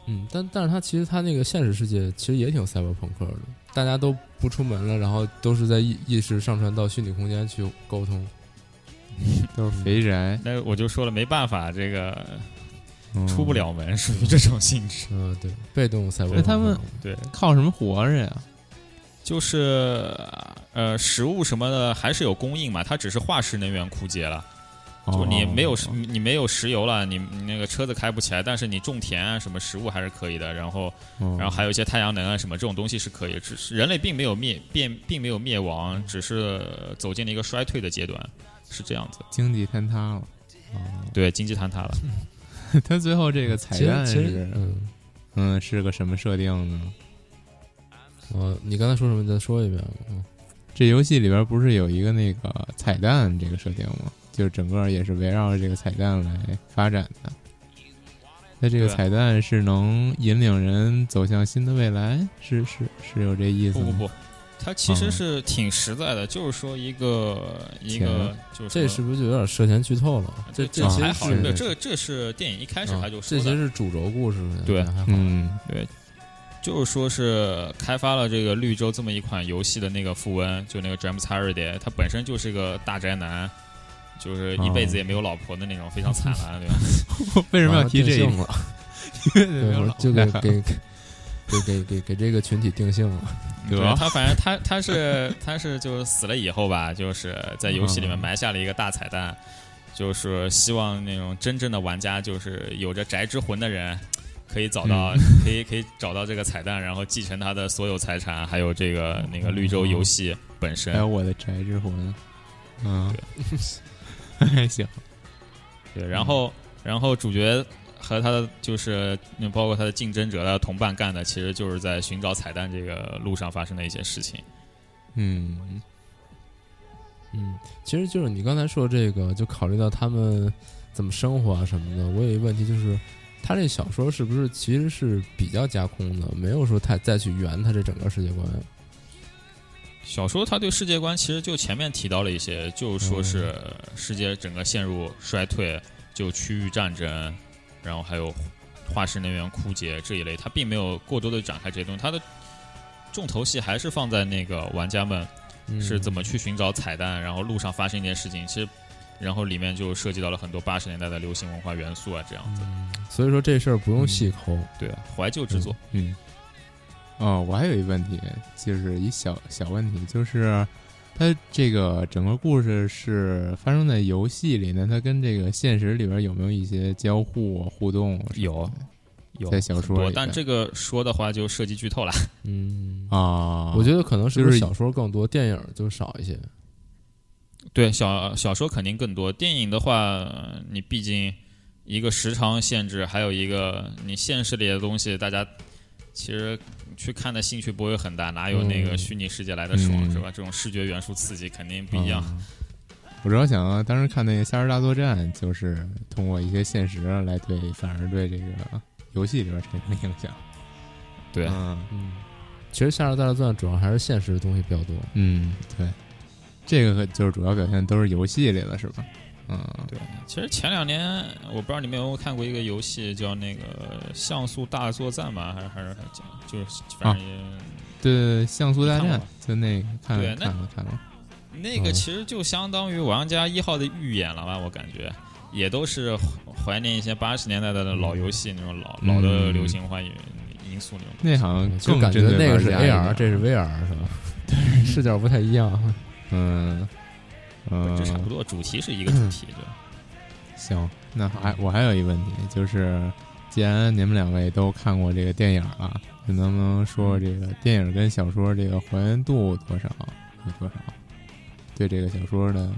Speaker 2: 嗯，但但是它其实它那个现实世界其实也挺赛博朋克的，大家都不出门了，然后都是在意意识上传到虚拟空间去沟通。
Speaker 1: 都是肥宅，
Speaker 3: 那我就说了，没办法，这个
Speaker 1: 嗯
Speaker 3: 出不了门，属于这种性质。
Speaker 2: 嗯、对，被动赛博
Speaker 1: 嗯
Speaker 2: 朋
Speaker 1: 那
Speaker 2: 克。
Speaker 1: 他们
Speaker 3: 对，
Speaker 1: 靠什么活着呀？
Speaker 3: 就是呃，食物什么的还是有供应嘛，它只是化石能源枯竭了。就你没有
Speaker 1: 哦
Speaker 3: 石你你没有石油了，你你那个车子开不起来，但是你种田啊什么食物还是可以的，然后
Speaker 2: 嗯
Speaker 1: 哦
Speaker 3: 然后还有一些太阳能啊什么这种东西是可以的，只是人类并没有灭变，并没有灭亡，只是走进了一个衰退的阶段，是这样子。
Speaker 1: 经济坍塌了。
Speaker 3: 对，经济坍塌了，
Speaker 1: 他最后这个彩
Speaker 2: 其实
Speaker 1: 蛋
Speaker 2: 其实
Speaker 1: 是，
Speaker 2: 嗯，
Speaker 1: 嗯，是个什么设定呢？
Speaker 2: 哦，你刚才说什么？你再说一遍。嗯，
Speaker 1: 这游戏里边不是有一个那个彩蛋这个设定吗？就是整个也是围绕着这个彩蛋来发展的。那这个
Speaker 3: 对啊
Speaker 1: 彩蛋是能引领人走向新的未来，是是是有这意思
Speaker 3: 不
Speaker 2: 嗯
Speaker 3: 不
Speaker 1: 吗？
Speaker 3: 不，它其实
Speaker 1: 嗯
Speaker 3: 是挺实在的，就是说一个一个就是
Speaker 2: 这是不是就有点涉嫌剧透了？这
Speaker 3: 这
Speaker 2: 其
Speaker 3: 还
Speaker 2: 实
Speaker 3: 好，
Speaker 2: 是
Speaker 3: 对，这这是电影一啊开始
Speaker 2: 啊
Speaker 3: 他就
Speaker 2: 这
Speaker 3: 说
Speaker 2: 其
Speaker 3: 的
Speaker 2: 实，是主轴故事，
Speaker 3: 对
Speaker 2: 还好。
Speaker 1: 嗯，
Speaker 3: 就是说是开发了这个绿洲这么一款游戏的那个富翁，就那个 James Halliday，他本身就是个大宅男，就是一辈子也没有老婆的那种，非常惨了，对吧？
Speaker 1: 为什么要提这
Speaker 2: 啊定
Speaker 1: 一
Speaker 2: 性了？ 对，我
Speaker 1: 个？
Speaker 2: 就给给给给给给这个群体定性了。
Speaker 1: 对吧
Speaker 3: 他反正他他是他是就是死了以后吧，就是在游戏里面
Speaker 1: 嗯
Speaker 3: 埋下了一个大彩蛋，就是希望那种真正的玩家，就是有着宅之魂的人，可以找
Speaker 1: 嗯
Speaker 3: 到、可以可以找到这个彩蛋，然后继承他的所有财产，还有这个那个绿洲游戏本 身
Speaker 1: 还。有我的宅之魂，嗯， 还行，
Speaker 3: 对，然后然后主角和他的就是嗯包括他的竞争者、他的同伴干的，其实就是在寻找彩蛋这个路上发生的一些事情。
Speaker 1: 嗯，
Speaker 2: 嗯，其实就是你刚才说这个，就考虑到他们怎么生活啊什么的。我有一个问题就是，他这小说是不是其实是比较架空的，没有说太再去圆他这整个世界观？
Speaker 3: 小说它对世界观其实就前面提到了一些，就
Speaker 1: 嗯
Speaker 3: 说是世界整个陷入衰退，就区域战争，然后还有化石能源枯竭这一类，它并没有过多的展开这些东西，它的重头戏还是放在那个玩家们
Speaker 2: 嗯、
Speaker 3: 是怎么去寻找彩蛋，然后路上发生一件事情，其实然后里面就涉及到了很多八十年代的流行文化元素啊，这样
Speaker 1: 嗯
Speaker 3: 子，
Speaker 2: 所以说这事儿不用细抠。
Speaker 3: 对啊，怀旧之作，
Speaker 1: 嗯，哦，我还有一问题，就是一小小问题，就是它这个整个故事是发生在游戏里呢，它跟这个现实里边有没有一些交互啊互动？
Speaker 3: 有有
Speaker 1: 在小说
Speaker 3: 很多
Speaker 1: 里
Speaker 3: 但
Speaker 1: 边
Speaker 3: 这个说的话就涉及剧透了。
Speaker 2: 嗯，
Speaker 1: 啊，
Speaker 2: 我觉得可能是不
Speaker 1: 就是是
Speaker 2: 小说更多，电影就少一些。
Speaker 3: 对小小说肯定更多，电影的话，呃你毕竟一个时长限制，还有一个你现实里的东西，大家其实去看的兴趣不会很大，哪有那个
Speaker 1: 嗯
Speaker 3: 虚拟世界来的爽、
Speaker 1: 嗯
Speaker 3: 是吧？这种视觉元素刺激肯定不一样。
Speaker 1: 嗯我主要想啊，当时看那个《夏日大作战》，就是通过一些现实来对，反而对这个游戏里边产生影响。
Speaker 3: 对
Speaker 1: 嗯
Speaker 2: 嗯，其实《夏日大作战》主要还是现实的东西比较多。
Speaker 1: 嗯，对，这个和就是主要表现都是游戏里了，是吧？嗯，
Speaker 3: 对，其实前两年我不知道你们有没有看过一个游戏叫那个《像素大作战》吧，还是还是还是讲就是
Speaker 1: 啊
Speaker 3: 反正也、
Speaker 1: 对对，对像素大
Speaker 3: 你看
Speaker 1: 战
Speaker 3: 过吗
Speaker 1: 就那个看了
Speaker 3: 对那
Speaker 1: 看了看了，
Speaker 3: 那个
Speaker 2: 嗯
Speaker 3: 其实就相当于《玩家一号》的预演了吧，我感觉也都是怀念一些八十年代的老游戏那种老、
Speaker 1: 嗯
Speaker 3: 老的流行化因因素那种。
Speaker 1: 那好像
Speaker 2: 嗯就
Speaker 1: 更
Speaker 2: 感觉
Speaker 1: 针对
Speaker 2: 那个
Speaker 1: 玩
Speaker 2: 是
Speaker 1: 家一点
Speaker 2: AR，这是 VR 是吧？对，视角不太一样。
Speaker 1: 嗯
Speaker 3: 本质差不
Speaker 1: 嗯，
Speaker 3: 多，主题是一个主题，对，
Speaker 1: 行，那还我还有一个问题，就是既然你们两位都看过这个电影了，就能不能说说这个电影跟小说这个还原度多少有多少？对这个小说的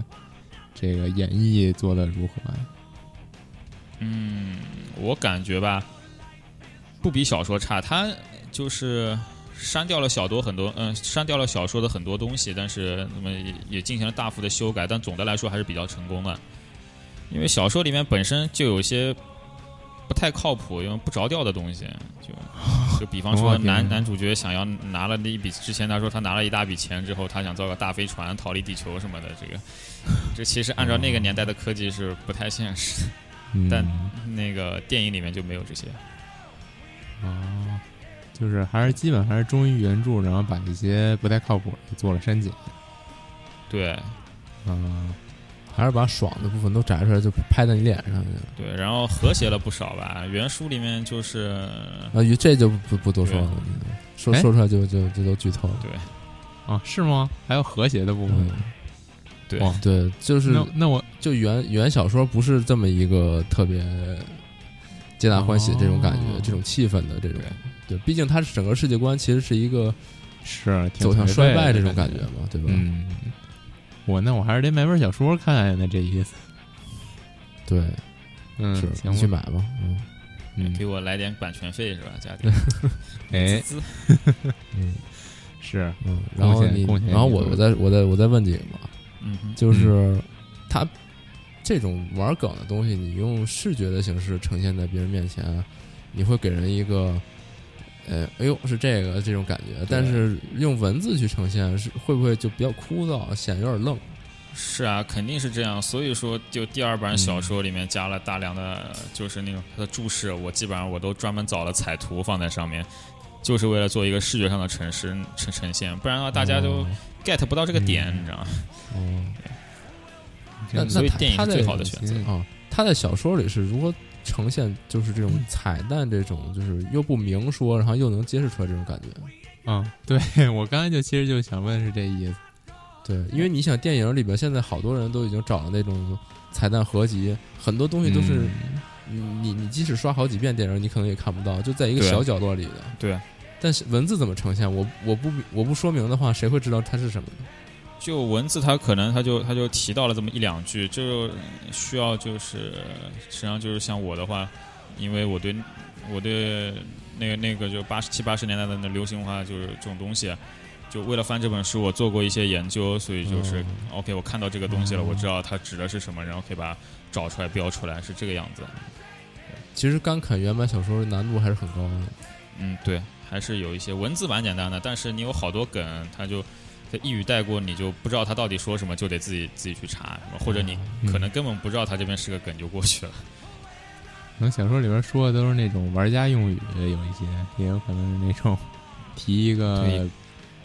Speaker 1: 这个演绎做的如何呀？
Speaker 3: 嗯，我感觉吧，不比小说差，它就是删掉了小多很多，嗯、删掉了小说的很多东西，但是那么也也进行了大幅的修改，但总的来说还是比较成功的，因为小说里面本身就有一些不太靠谱、因为不着调的东西，就就比方
Speaker 1: 我
Speaker 3: 说
Speaker 1: 的天
Speaker 3: 男男主角想要拿了那一笔，之前他说他拿了一大笔钱之后，他想造个大飞船逃离地球什么的，这个这其实按照那个年代的科技是不太现实的。
Speaker 1: 嗯，
Speaker 3: 但那个电影里面就没有这些。
Speaker 1: 哦，就是还是基本还是忠于原著，然后把一些不太靠谱的做了删减。
Speaker 3: 对
Speaker 1: 嗯，
Speaker 2: 还是把爽的部分都摘出来，就拍在你脸上去。
Speaker 3: 对，然后和谐了不少吧。原书里面就是，
Speaker 2: 啊，于这就不不多说了，嗯说
Speaker 1: 哎
Speaker 2: 说出来就就就都剧透了。
Speaker 3: 对
Speaker 1: 哦，是吗？还有和谐的部分
Speaker 2: 嗯。，
Speaker 3: 对
Speaker 1: 哇
Speaker 2: 对，就是
Speaker 1: 那那我
Speaker 2: 就原原小说不是这么一个特别皆大欢喜的这种感觉，
Speaker 1: 哦
Speaker 2: 这种气氛的这种，对，毕竟它是整个世界观其实是一个
Speaker 1: 是挺
Speaker 2: 走向
Speaker 1: 颓
Speaker 2: 衰
Speaker 1: 废
Speaker 2: 败
Speaker 1: 的
Speaker 2: 这种
Speaker 1: 感
Speaker 2: 感觉嘛，对吧？
Speaker 1: 嗯，我那我还是得买本小说看呀，那这意思。
Speaker 2: 对，
Speaker 1: 嗯，
Speaker 2: 是
Speaker 1: 行
Speaker 2: 你去
Speaker 1: 吧。
Speaker 2: 买吧，嗯
Speaker 1: 嗯，
Speaker 3: 给我来点版权费是吧？加 点
Speaker 1: 哎，
Speaker 3: 滋滋
Speaker 2: 嗯
Speaker 1: 是，
Speaker 2: 嗯，然后
Speaker 1: 贡献
Speaker 2: 你
Speaker 1: 贡献，
Speaker 2: 然后
Speaker 1: 一
Speaker 2: 我
Speaker 1: 部
Speaker 2: 我再我再我再问几个嘛，
Speaker 3: 嗯哼，
Speaker 2: 就是它这种玩梗的东西，你用视觉的形式呈现在别人面前，你会给人一个，呃，哎呦是这个这种感觉。但是用文字去呈现，是会不会就比较枯燥，显得有点愣？
Speaker 3: 是啊，肯定是这样。所以说，就第二版小说里面加了大量的，就是那种它的注释，我基本上我都专门找了彩图放在上面，就是为了做一个视觉上的呈示呈呈现，不然的话大家都
Speaker 2: 哦
Speaker 3: get 不到这个点，你知道吗？
Speaker 2: 哦，那
Speaker 1: 真的
Speaker 3: 所以
Speaker 2: 那
Speaker 3: 电
Speaker 2: 他他
Speaker 3: 影是最好的选择。
Speaker 2: 啊，他在小说里是如何呈现，就是这种彩蛋，这种就是又不明说，然后又能揭示出来这种感觉。嗯
Speaker 1: 啊，对 我刚才就其实就想问是这意思。
Speaker 2: 对，因为你想，电影里边现在好多人都已经找了那种彩蛋合集，很多东西都是
Speaker 1: 嗯
Speaker 2: 你、你你即使刷好几遍电影，你可能也看不到，就在一个
Speaker 3: 对
Speaker 2: 小角落里的。
Speaker 3: 对，
Speaker 2: 但是文字怎么呈现，我我不我不说明的话，谁会知道它是什么呢？
Speaker 3: 就文字，它可能它就它就提到了这么一两句，就需要就是实际上就是像我的话，因为我对我对那个那个就八十七八十年代的那流行文化就是这种东西，就为了翻这本书，我做过一些研究，所以就是、OK，我看到这个东西了，我知道它指的是什么，然后可以把它找出来标出来，是这个样子。
Speaker 2: 其实干啃原版小说难度还是很高的。
Speaker 3: 嗯，对，还是有一些文字蛮简单的，但是你有好多梗，它就它一语带过，你就不知道它到底说什么，就得自己自己去查什么，或者你
Speaker 1: 嗯
Speaker 3: 可能根本不知道它这边是个梗就过去了。
Speaker 1: 可能小说里边说的都是那种玩家用语，有一些也有可能是那种 提一个
Speaker 3: 对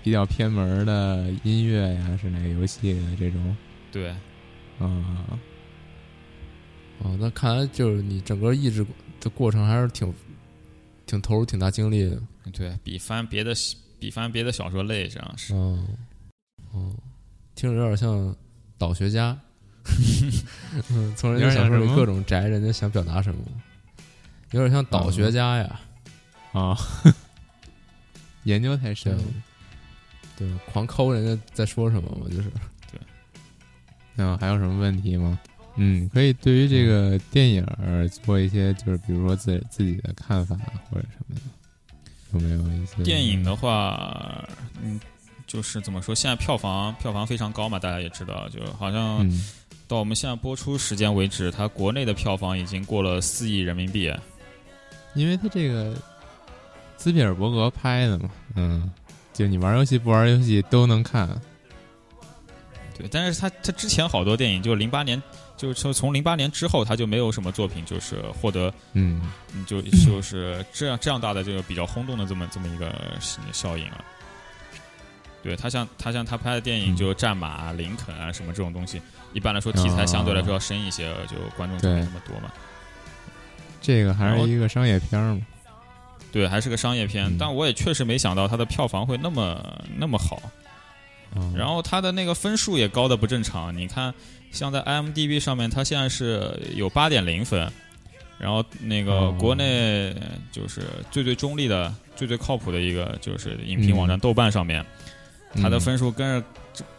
Speaker 1: 比较偏门的音乐呀，是哪个游戏的这种
Speaker 3: 对，
Speaker 1: 啊、
Speaker 2: 哦，那看来就是你整个意志的过程还是挺挺投入、挺大精力的。
Speaker 3: 对比翻别的比翻别的小说类这样是。
Speaker 2: 嗯，哦，听着有点像导 学家，嗯，从人家小说里各种摘人家想表达什么，有点像导
Speaker 1: 嗯
Speaker 2: 学家呀，
Speaker 1: 啊， 研究太深
Speaker 2: 对
Speaker 1: 了。，
Speaker 2: 对，狂抠人家在说什么嘛，就是，
Speaker 3: 对，
Speaker 1: 那还有什么问题吗？嗯，可以对于这个电影儿做一些，就是比如说自自己的看法或者什么的，有没有一些
Speaker 3: 电影的话，嗯，就是怎么说，现在票房票房非常高嘛，大家也知道，就好像
Speaker 1: 嗯
Speaker 3: 到我们现在播出时间为止，它国内的票房已经过了四亿人民币。啊
Speaker 1: 因为他这个斯皮尔伯格拍的嘛，嗯，就你玩游戏不玩游戏都能看，
Speaker 3: 对，但是他他之前好多电影，就零八年，就是从从零八年之后，他就没有什么作品就是获得，
Speaker 1: 嗯，
Speaker 3: 嗯就就是这样这样大的这个比较轰动的这么这么一个效应了。对他像他像他拍的电影
Speaker 1: 嗯
Speaker 3: 就《战马》《林肯》啊什么这种东西，一般来说题材相对来说要深一些，就观众就没
Speaker 1: 哦对
Speaker 3: 那么多嘛。
Speaker 1: 这个还是一个商业片儿嘛，
Speaker 3: 对，还是个商业片，
Speaker 1: 嗯
Speaker 3: 但我也确实没想到它的票房会那么那么好，
Speaker 1: 嗯
Speaker 3: 然后它的那个分数也高的不正常。你看，像在 IMDB 上面，它现在是有八点零分，然后那个
Speaker 1: 哦
Speaker 3: 国内就是最最中立的、最最靠谱的一个就是
Speaker 1: 嗯
Speaker 3: 影评网站豆瓣上面，它的分数跟着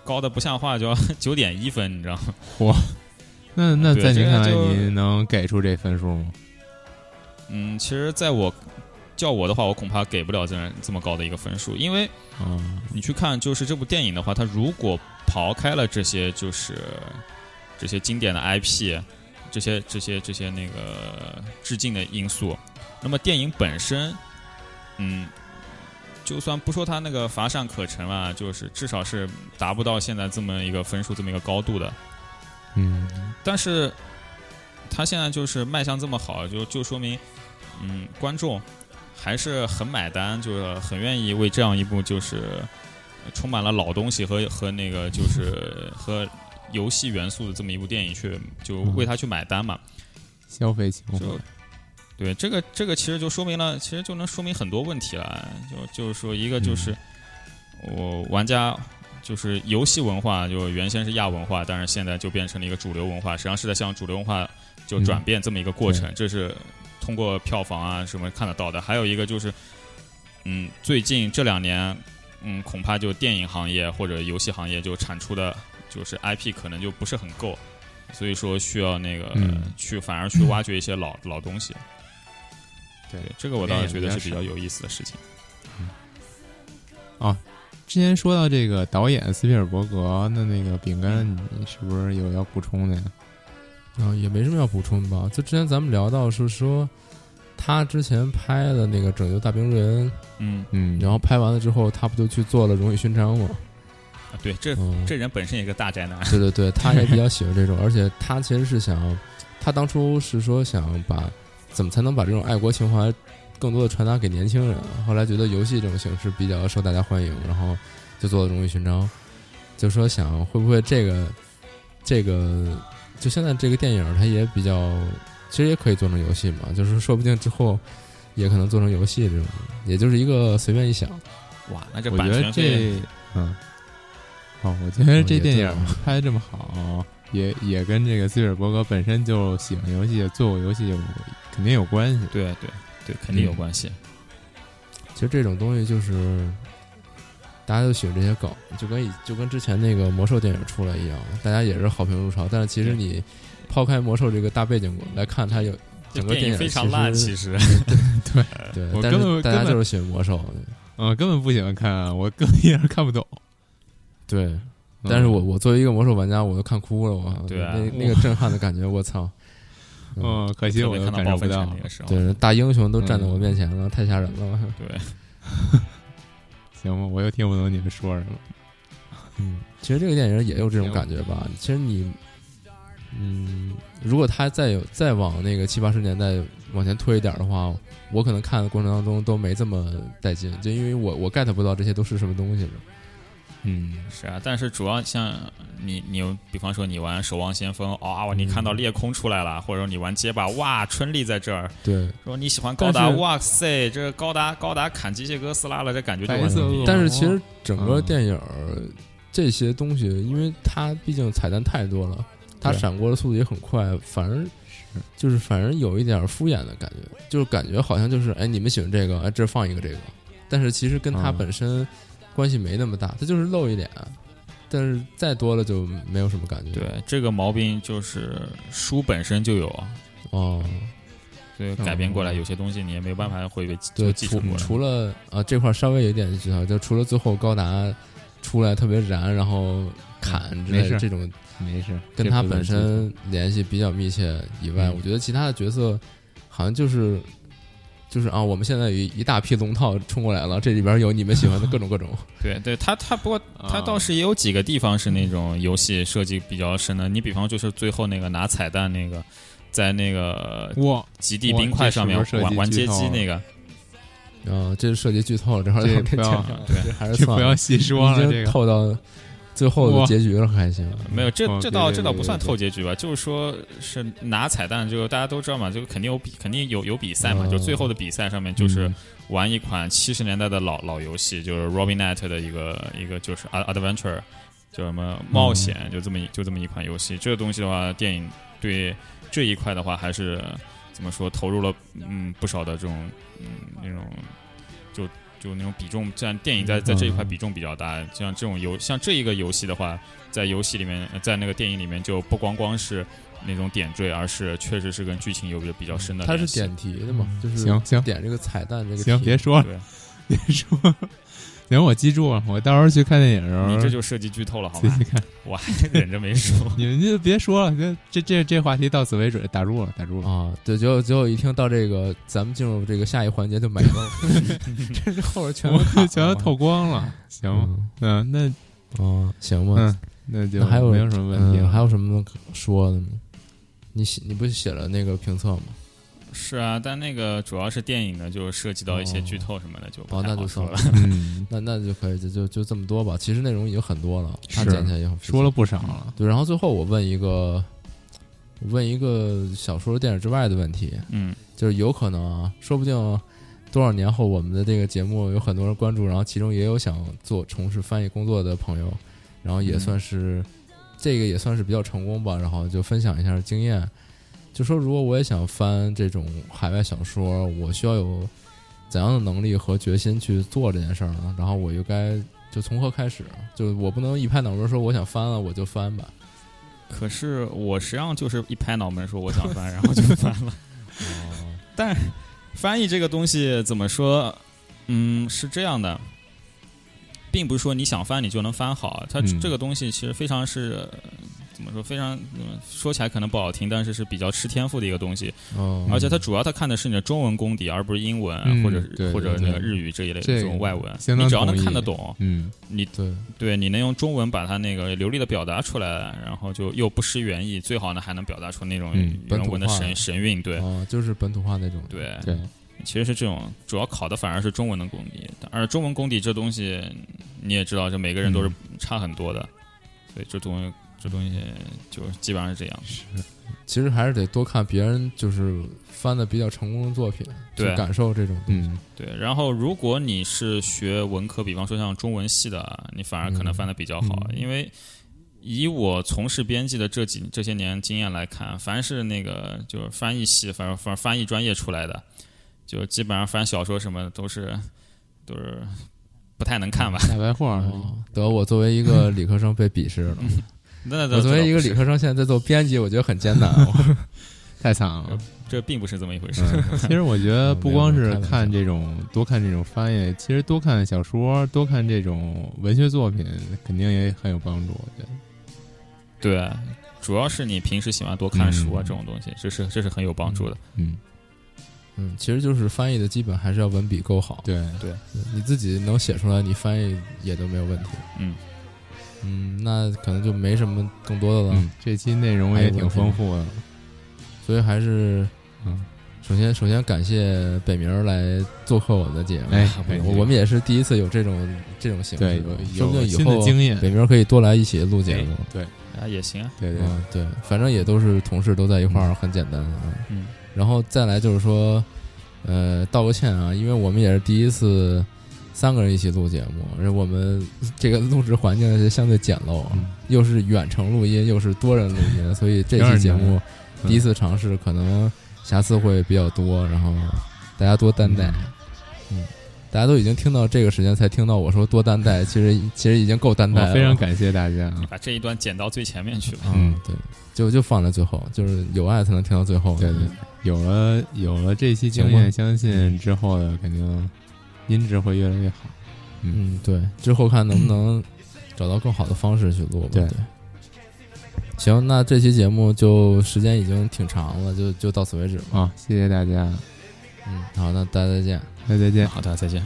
Speaker 3: 高的不像话，就要 九点一分，你知道吗？
Speaker 1: 嗯那那
Speaker 3: 对
Speaker 1: 在您
Speaker 3: 这个
Speaker 1: 看来，
Speaker 3: 就
Speaker 1: 您能给出这分数吗？
Speaker 3: 嗯，其实在我叫我的话，我恐怕给不了这这么高的一个分数，因为。
Speaker 1: 啊，
Speaker 3: 你去看，就是这部电影的话，它如果刨开了这些，就是这些经典的 IP，这些这些这些那个致敬的因素，那么电影本身，嗯，就算不说它那个乏善可陈啊，就是至少是达不到现在这么一个分数这么一个高度的。
Speaker 1: 嗯，
Speaker 3: 但是它现在就是卖相这么好，就就说明，嗯，观众还是很买单，就是很愿意为这样一部就是呃充满了老东西和和那个就是和游戏元素的这么一部电影去，就为它去买单嘛。
Speaker 1: 消费情怀，
Speaker 3: 就对这个这个其实就说明了，其实就能说明很多问题了。啊就就是说，一个就是我玩家就是游戏文化，就原先是亚文化，但是现在就变成了一个主流文化，实际上是在向主流文化就转变这么一个过程，这是通过票房啊什么看得到的。还有一个就是，嗯，最近这两年，嗯，恐怕就电影行业或者游戏行业就产出的，就是 IP 可能就不是很够，所以说需要那个、
Speaker 1: 嗯
Speaker 3: 去反而去挖掘一些老老东西。
Speaker 1: 对哎
Speaker 3: 对，这个我倒是觉得是比较有意思的事情。
Speaker 1: 之前说到这个导演斯皮尔伯格，那那个饼干，你是不是有要补充的呀？
Speaker 2: 然啊后也没什么要补充的吧。就之前咱们聊到是说，他之前拍的那个《拯救大兵瑞恩
Speaker 3: 嗯，
Speaker 1: 嗯》，，
Speaker 2: 然
Speaker 1: 后
Speaker 2: 后拍完了之后，他不就去做了荣誉勋章吗？
Speaker 3: 啊对，这
Speaker 1: 哦
Speaker 2: 嗯，
Speaker 3: 这人本身也是个大宅男。
Speaker 2: 对对对，他也比较喜欢这种，而且他其实是想，他当初是说想把怎么才能把这种爱国情怀更多的传达给年轻人，后来觉得游戏这种形式比较受大家欢迎，然后就做了荣誉勋章，就说想会不会这个这个就现在这个电影它也比较，其实也可以做成游戏嘛，就是说不定之后也可能做成游戏这种，也就是一个随便一想，
Speaker 3: 哇，那这
Speaker 1: 我觉
Speaker 3: 版
Speaker 1: 得
Speaker 3: 权费
Speaker 1: 这，嗯，哦，我觉得这
Speaker 2: 也对
Speaker 1: 电影
Speaker 2: 啊
Speaker 1: 拍的这么好，也也跟这个斯皮尔伯格本身就喜欢游戏、做过游戏有肯定有关系。
Speaker 3: 对对对，肯定有
Speaker 1: 嗯
Speaker 3: 关系。
Speaker 2: 其实这种东西就是，大家都喜欢这些梗，就跟以就跟之前那个魔兽电影出来一样，大家也是好评如潮。但是其实
Speaker 3: 对
Speaker 2: 你抛开魔兽这个大背景来看，它有
Speaker 3: 这
Speaker 2: 整个电
Speaker 3: 电影
Speaker 2: 影
Speaker 3: 非常烂，
Speaker 2: 其
Speaker 3: 其实。
Speaker 2: 对
Speaker 1: 我，
Speaker 2: 但
Speaker 1: 根
Speaker 2: 是
Speaker 1: 本
Speaker 2: 大家
Speaker 1: 根本
Speaker 2: 就是喜欢魔兽，
Speaker 1: 嗯，根本不喜欢看，我根本一点儿看不懂。
Speaker 2: 对。
Speaker 1: 嗯
Speaker 2: 但是我我作为一个魔兽玩家，我都看哭了，我
Speaker 3: 对啊
Speaker 2: 那那个震撼的感觉，我
Speaker 1: 哦
Speaker 2: 操！
Speaker 1: 嗯，可惜
Speaker 3: 特
Speaker 1: 我
Speaker 3: 别
Speaker 1: 都
Speaker 3: 看
Speaker 1: 感
Speaker 3: 到报
Speaker 1: 受不
Speaker 3: 废
Speaker 1: 到
Speaker 3: 城。那个时候，
Speaker 2: 对，大英雄都站在我面前了，太吓人了。
Speaker 3: 对
Speaker 1: 行吧，我又听不懂你们说什么。
Speaker 2: 嗯，其实这个电影也有这种感觉吧。其实你，嗯，如果他再有再往那个七八十年代往前推一点的话，我可能看的过程当中都没这么带劲，就因为我我 get 不到这些都是什么东西了。
Speaker 1: 嗯，
Speaker 3: 是啊，但是主要像你，你有比方说你玩《守望先锋》啊、哇，你看到
Speaker 1: 嗯
Speaker 3: 裂空出来了，或者说你玩街霸，哇，春丽在这儿，
Speaker 2: 对，
Speaker 3: 说你喜欢高达，
Speaker 1: 但是
Speaker 3: 哇塞，这高达高达砍机械哥斯拉了，这感觉就
Speaker 1: 白
Speaker 3: 完
Speaker 1: 色
Speaker 3: 全不一嗯
Speaker 1: 恶
Speaker 3: 样。
Speaker 2: 但是其实整个电影、这些东西，因为它毕竟彩蛋太多了，它
Speaker 1: 对
Speaker 2: 闪过的速度也很快，反而就是反而有一点敷衍的感觉，就是感觉好像就是哎你们喜欢这个，哎这儿放一个这个，但是其实跟它
Speaker 1: 嗯
Speaker 2: 本身关系没那么大，它就是露一脸。但是再多了就没有什么感觉。
Speaker 3: 对，这个毛病就是书本身就有啊，
Speaker 2: 哦，
Speaker 3: 所以
Speaker 1: 嗯
Speaker 3: 改编过来有些东西你也没有办法会被
Speaker 2: 对，
Speaker 3: 继承
Speaker 2: 除
Speaker 3: 过来。
Speaker 2: 除了啊这块儿稍微有一点技巧，就除了最后高达出来特别燃，然后
Speaker 3: 嗯
Speaker 2: 砍之
Speaker 1: 没
Speaker 2: 类
Speaker 1: 事
Speaker 2: 这种
Speaker 1: 没事，
Speaker 2: 跟
Speaker 1: 这
Speaker 2: 他
Speaker 1: 不算
Speaker 2: 本
Speaker 1: 技巧
Speaker 2: 身联系比较密切以外，
Speaker 1: 嗯
Speaker 2: 我觉得其他的角色好像就是就是啊，我们现在有一大批龙套冲过来了，这里边有你们喜欢的各 种各种。
Speaker 3: 对对，他他不过他
Speaker 1: 啊
Speaker 3: 倒是也有几个地方是那种游戏设计比较深的，你比方就是最后那个拿彩蛋那个，在那个
Speaker 1: 哇，
Speaker 3: 极地
Speaker 1: 哇
Speaker 3: 冰块
Speaker 1: 这
Speaker 3: 上
Speaker 1: 是
Speaker 3: 面
Speaker 1: 不是设计
Speaker 3: 玩玩街
Speaker 1: 剧透
Speaker 3: 机
Speaker 1: 了
Speaker 3: 那个，
Speaker 2: 啊，这是涉及剧透了，这块儿
Speaker 1: 这
Speaker 2: 就
Speaker 1: 不要
Speaker 2: 对，还是
Speaker 1: 这
Speaker 2: 算
Speaker 1: 不
Speaker 2: 了
Speaker 1: 要，细说了，
Speaker 2: 已
Speaker 1: 这
Speaker 2: 经
Speaker 1: 个
Speaker 2: 透到最后的
Speaker 1: 哇
Speaker 2: 结局了，还行。
Speaker 3: 没有，这
Speaker 1: 哦
Speaker 3: 这
Speaker 1: 对
Speaker 3: 倒
Speaker 1: 对
Speaker 3: 这倒
Speaker 1: 对
Speaker 3: 不
Speaker 1: 对
Speaker 3: 算
Speaker 1: 对
Speaker 3: 透结局吧，就是说是拿彩蛋，就大家都知道嘛，就肯定有比肯定有有比赛嘛，
Speaker 2: 嗯
Speaker 3: 就最后的比赛上面就是
Speaker 1: 嗯
Speaker 3: 玩一款七十年代的老老游戏，就是 Robinette 的一个一个就是 ad- Adventure，就什么
Speaker 1: 嗯
Speaker 3: 冒险，就这么一就这么一款游戏。这个东西的话，电影对这一块的话，还是怎么说投入了嗯不少的这种嗯那种就就那种比重，这样电影在在这一
Speaker 1: 嗯
Speaker 3: 块比重比较大。像这种游像这一个游戏的话，在游戏里面，呃在那个电影里面就不光光是那种点缀，而是确实是跟剧情有着比较深的
Speaker 2: 嗯它
Speaker 3: 联
Speaker 2: 是
Speaker 3: 系。
Speaker 2: 点题的嘛，就是
Speaker 1: 嗯行行
Speaker 2: 点这个彩蛋这个
Speaker 1: 行，
Speaker 2: 题
Speaker 1: 别说了，
Speaker 3: 对，
Speaker 1: 别说了，行，我记住了，我到时候去看电影的时
Speaker 2: 嗯
Speaker 1: 候
Speaker 3: 你这就涉及剧透了，好
Speaker 1: 自
Speaker 3: 吗
Speaker 1: 己？看。
Speaker 3: 我还忍着 没说。
Speaker 1: 你们就别说了，这这这这话题到此为止，打住了，打住了。
Speaker 2: 啊，对，结果结果一听到这个，咱们进入这个下一环节就没 了， 这是后边全都
Speaker 1: 我
Speaker 2: 卡
Speaker 1: 全都
Speaker 2: 了
Speaker 1: 透光了，行吧，嗯，
Speaker 2: 嗯
Speaker 1: 那
Speaker 2: 哦，行吧，
Speaker 1: 嗯，那就
Speaker 2: 那还有
Speaker 1: 没有什么问题
Speaker 2: 嗯
Speaker 1: 了，
Speaker 2: 还有什么能说的吗？你写你不是写了那个评测吗？
Speaker 3: 是啊，但那个主要是电影呢，就涉及到一些剧透什么的，就不
Speaker 2: 哦，
Speaker 3: 太
Speaker 2: 那
Speaker 3: 好
Speaker 2: 就
Speaker 3: 说
Speaker 2: 算了
Speaker 3: 了。，
Speaker 1: 嗯，
Speaker 2: 那那就可以，就就就这么多吧。其实内容已经很多了，他
Speaker 1: 是
Speaker 2: 剪起来也很复杂
Speaker 1: 说了不少了，
Speaker 2: 对，然后最后我问一个，我问一个小说、电影之外的问题，
Speaker 3: 嗯，
Speaker 2: 就是有可能啊，说不定多少年后我们的这个节目有很多人关注，然后其中也有想做从事翻译工作的朋友，然后也
Speaker 3: 嗯
Speaker 2: 算是、这个也算是比较成功吧，然后就分享一下经验，就说如果我也想翻这种海外小说，我需要有怎样的能力和决心去做这件事儿呢？然后我又该就从何开始？就我不能一拍脑门儿说我想翻了我就翻吧。
Speaker 3: 可是我实际上就是一拍脑门说我想翻，然后就翻 了。但翻译这个东西怎么说？嗯，是这样的，并不是说你想翻你就能翻好。它
Speaker 1: 嗯
Speaker 3: 这个东西其实非常是、呃怎么说？非常、嗯说起来可能不好听，但是是比较吃天赋的一个东西。
Speaker 2: 哦，
Speaker 3: 而且它主要它看的是你的中文功底，而不是英文、啊
Speaker 1: 嗯
Speaker 3: 或者
Speaker 1: 对
Speaker 3: 或者
Speaker 1: 对
Speaker 3: 那
Speaker 1: 对
Speaker 3: 个日语这一类的
Speaker 1: 这
Speaker 3: 这种外文。
Speaker 1: 相当
Speaker 3: 你只要能
Speaker 1: 同意
Speaker 3: 看得懂，
Speaker 1: 嗯，
Speaker 3: 你
Speaker 2: 对，
Speaker 3: 对你能用中文把它那个流利的表达出来，然后就又不失原意，最好呢还能表达出那种
Speaker 1: 嗯
Speaker 2: 本
Speaker 3: 原
Speaker 2: 土
Speaker 3: 文的
Speaker 2: 化
Speaker 3: 神神韵。对
Speaker 2: 哦，就是本土化那种。
Speaker 3: 对，
Speaker 1: 对，
Speaker 3: 其实是这种，主要考的反而是中文的功底，而中文功底这东西你也知道，这每个人都是
Speaker 2: 嗯
Speaker 3: 差很多的，所以这东西这东西就基本上是这样。
Speaker 1: 是，
Speaker 2: 其实还是得多看别人就是翻的比较成功的作品，
Speaker 3: 对啊
Speaker 2: 去感受这种。
Speaker 1: 嗯，
Speaker 3: 对，然后如果你是学文科，比方说像中文系的，你反而可能翻的比较好，
Speaker 1: 嗯
Speaker 3: 因为以我从事编辑的这几这些年经验来看，凡是那个就是翻译系，反正反正翻译专业出来的，就基本上翻小说什么的都是都是不太能看吧。
Speaker 1: 大白话儿，
Speaker 2: 哦，得我作为一个理科生被鄙视了。
Speaker 3: 那那
Speaker 2: 嗯我作为一个理
Speaker 3: 这倒不
Speaker 2: 科
Speaker 3: 是
Speaker 2: 生，现在在做编辑，我觉得很艰难。 我
Speaker 1: 太惨了。
Speaker 3: 这并不是这么一回事。
Speaker 1: 嗯，其实我觉得不光
Speaker 2: 没有
Speaker 1: 是
Speaker 2: 开玩笑
Speaker 1: 看这种，多看这种翻译，其实多看小说，多看这种文学作品，肯定也很有帮助。我觉得，
Speaker 3: 对，啊主要是你平时喜欢多看书啊，
Speaker 1: 嗯
Speaker 3: 这种东西，这是这是很有帮助的。
Speaker 1: 嗯，
Speaker 2: 嗯，其实就是翻译的基本还是要文笔够好，
Speaker 1: 对，
Speaker 2: 你自己能写出来，你翻译也都没有问题。
Speaker 3: 嗯
Speaker 2: 嗯，那可能就没什么更多的了。
Speaker 1: 嗯，这期内容也挺丰富的，
Speaker 2: 所以还是
Speaker 1: 嗯，
Speaker 2: 首先首先感谢北明儿来做客我们的节目，
Speaker 1: 哎
Speaker 2: 我
Speaker 1: 感谢
Speaker 2: 我们也是第一次有这种这种形式
Speaker 1: 对，
Speaker 2: 的，说
Speaker 1: 有
Speaker 2: 不定
Speaker 1: 有
Speaker 2: 以
Speaker 1: 新的
Speaker 2: 后
Speaker 1: 经哎验，
Speaker 2: 北明儿可以多来一起录节目。
Speaker 1: 对，
Speaker 3: 啊，也行啊。
Speaker 1: 对对，
Speaker 2: 嗯，对，反正也都是同事，都在一块儿，很简单啊。
Speaker 3: 嗯，
Speaker 2: 然后再来就是说，呃，道个歉啊，因为我们也是第一次三个人一起录节目，而且我们这个录制环境是相对简陋啊，
Speaker 1: 嗯
Speaker 2: 又是远程录音，又是多人录 音，所以这期节
Speaker 1: 有点
Speaker 2: 目
Speaker 1: 嗯
Speaker 2: 第一次尝
Speaker 1: 嗯
Speaker 2: 试，可能瑕疵会比较多，然后大家多担待。嗯大家都已经听到这个时间才听到我说多担待，其实其实已经够担待
Speaker 1: 我
Speaker 2: 了。
Speaker 1: 哦非常感谢大家啊，
Speaker 3: 把这一段剪到最前面去吧。
Speaker 2: 嗯，对，就就放在最后，就是有爱才能听到最后。
Speaker 1: 对对，有了有了这期经
Speaker 2: 行吗
Speaker 1: 验，相信之后的肯定音质会越来越好。
Speaker 2: 嗯，对，之后看能不能找到更好的方式去录吧。
Speaker 1: 对
Speaker 2: 行，那这期节目就时间已经挺长了，就就到此为止吧。
Speaker 1: 啊、谢谢大家，
Speaker 2: 嗯，好，那大家再见。
Speaker 1: 那再见。
Speaker 3: 好的，再见。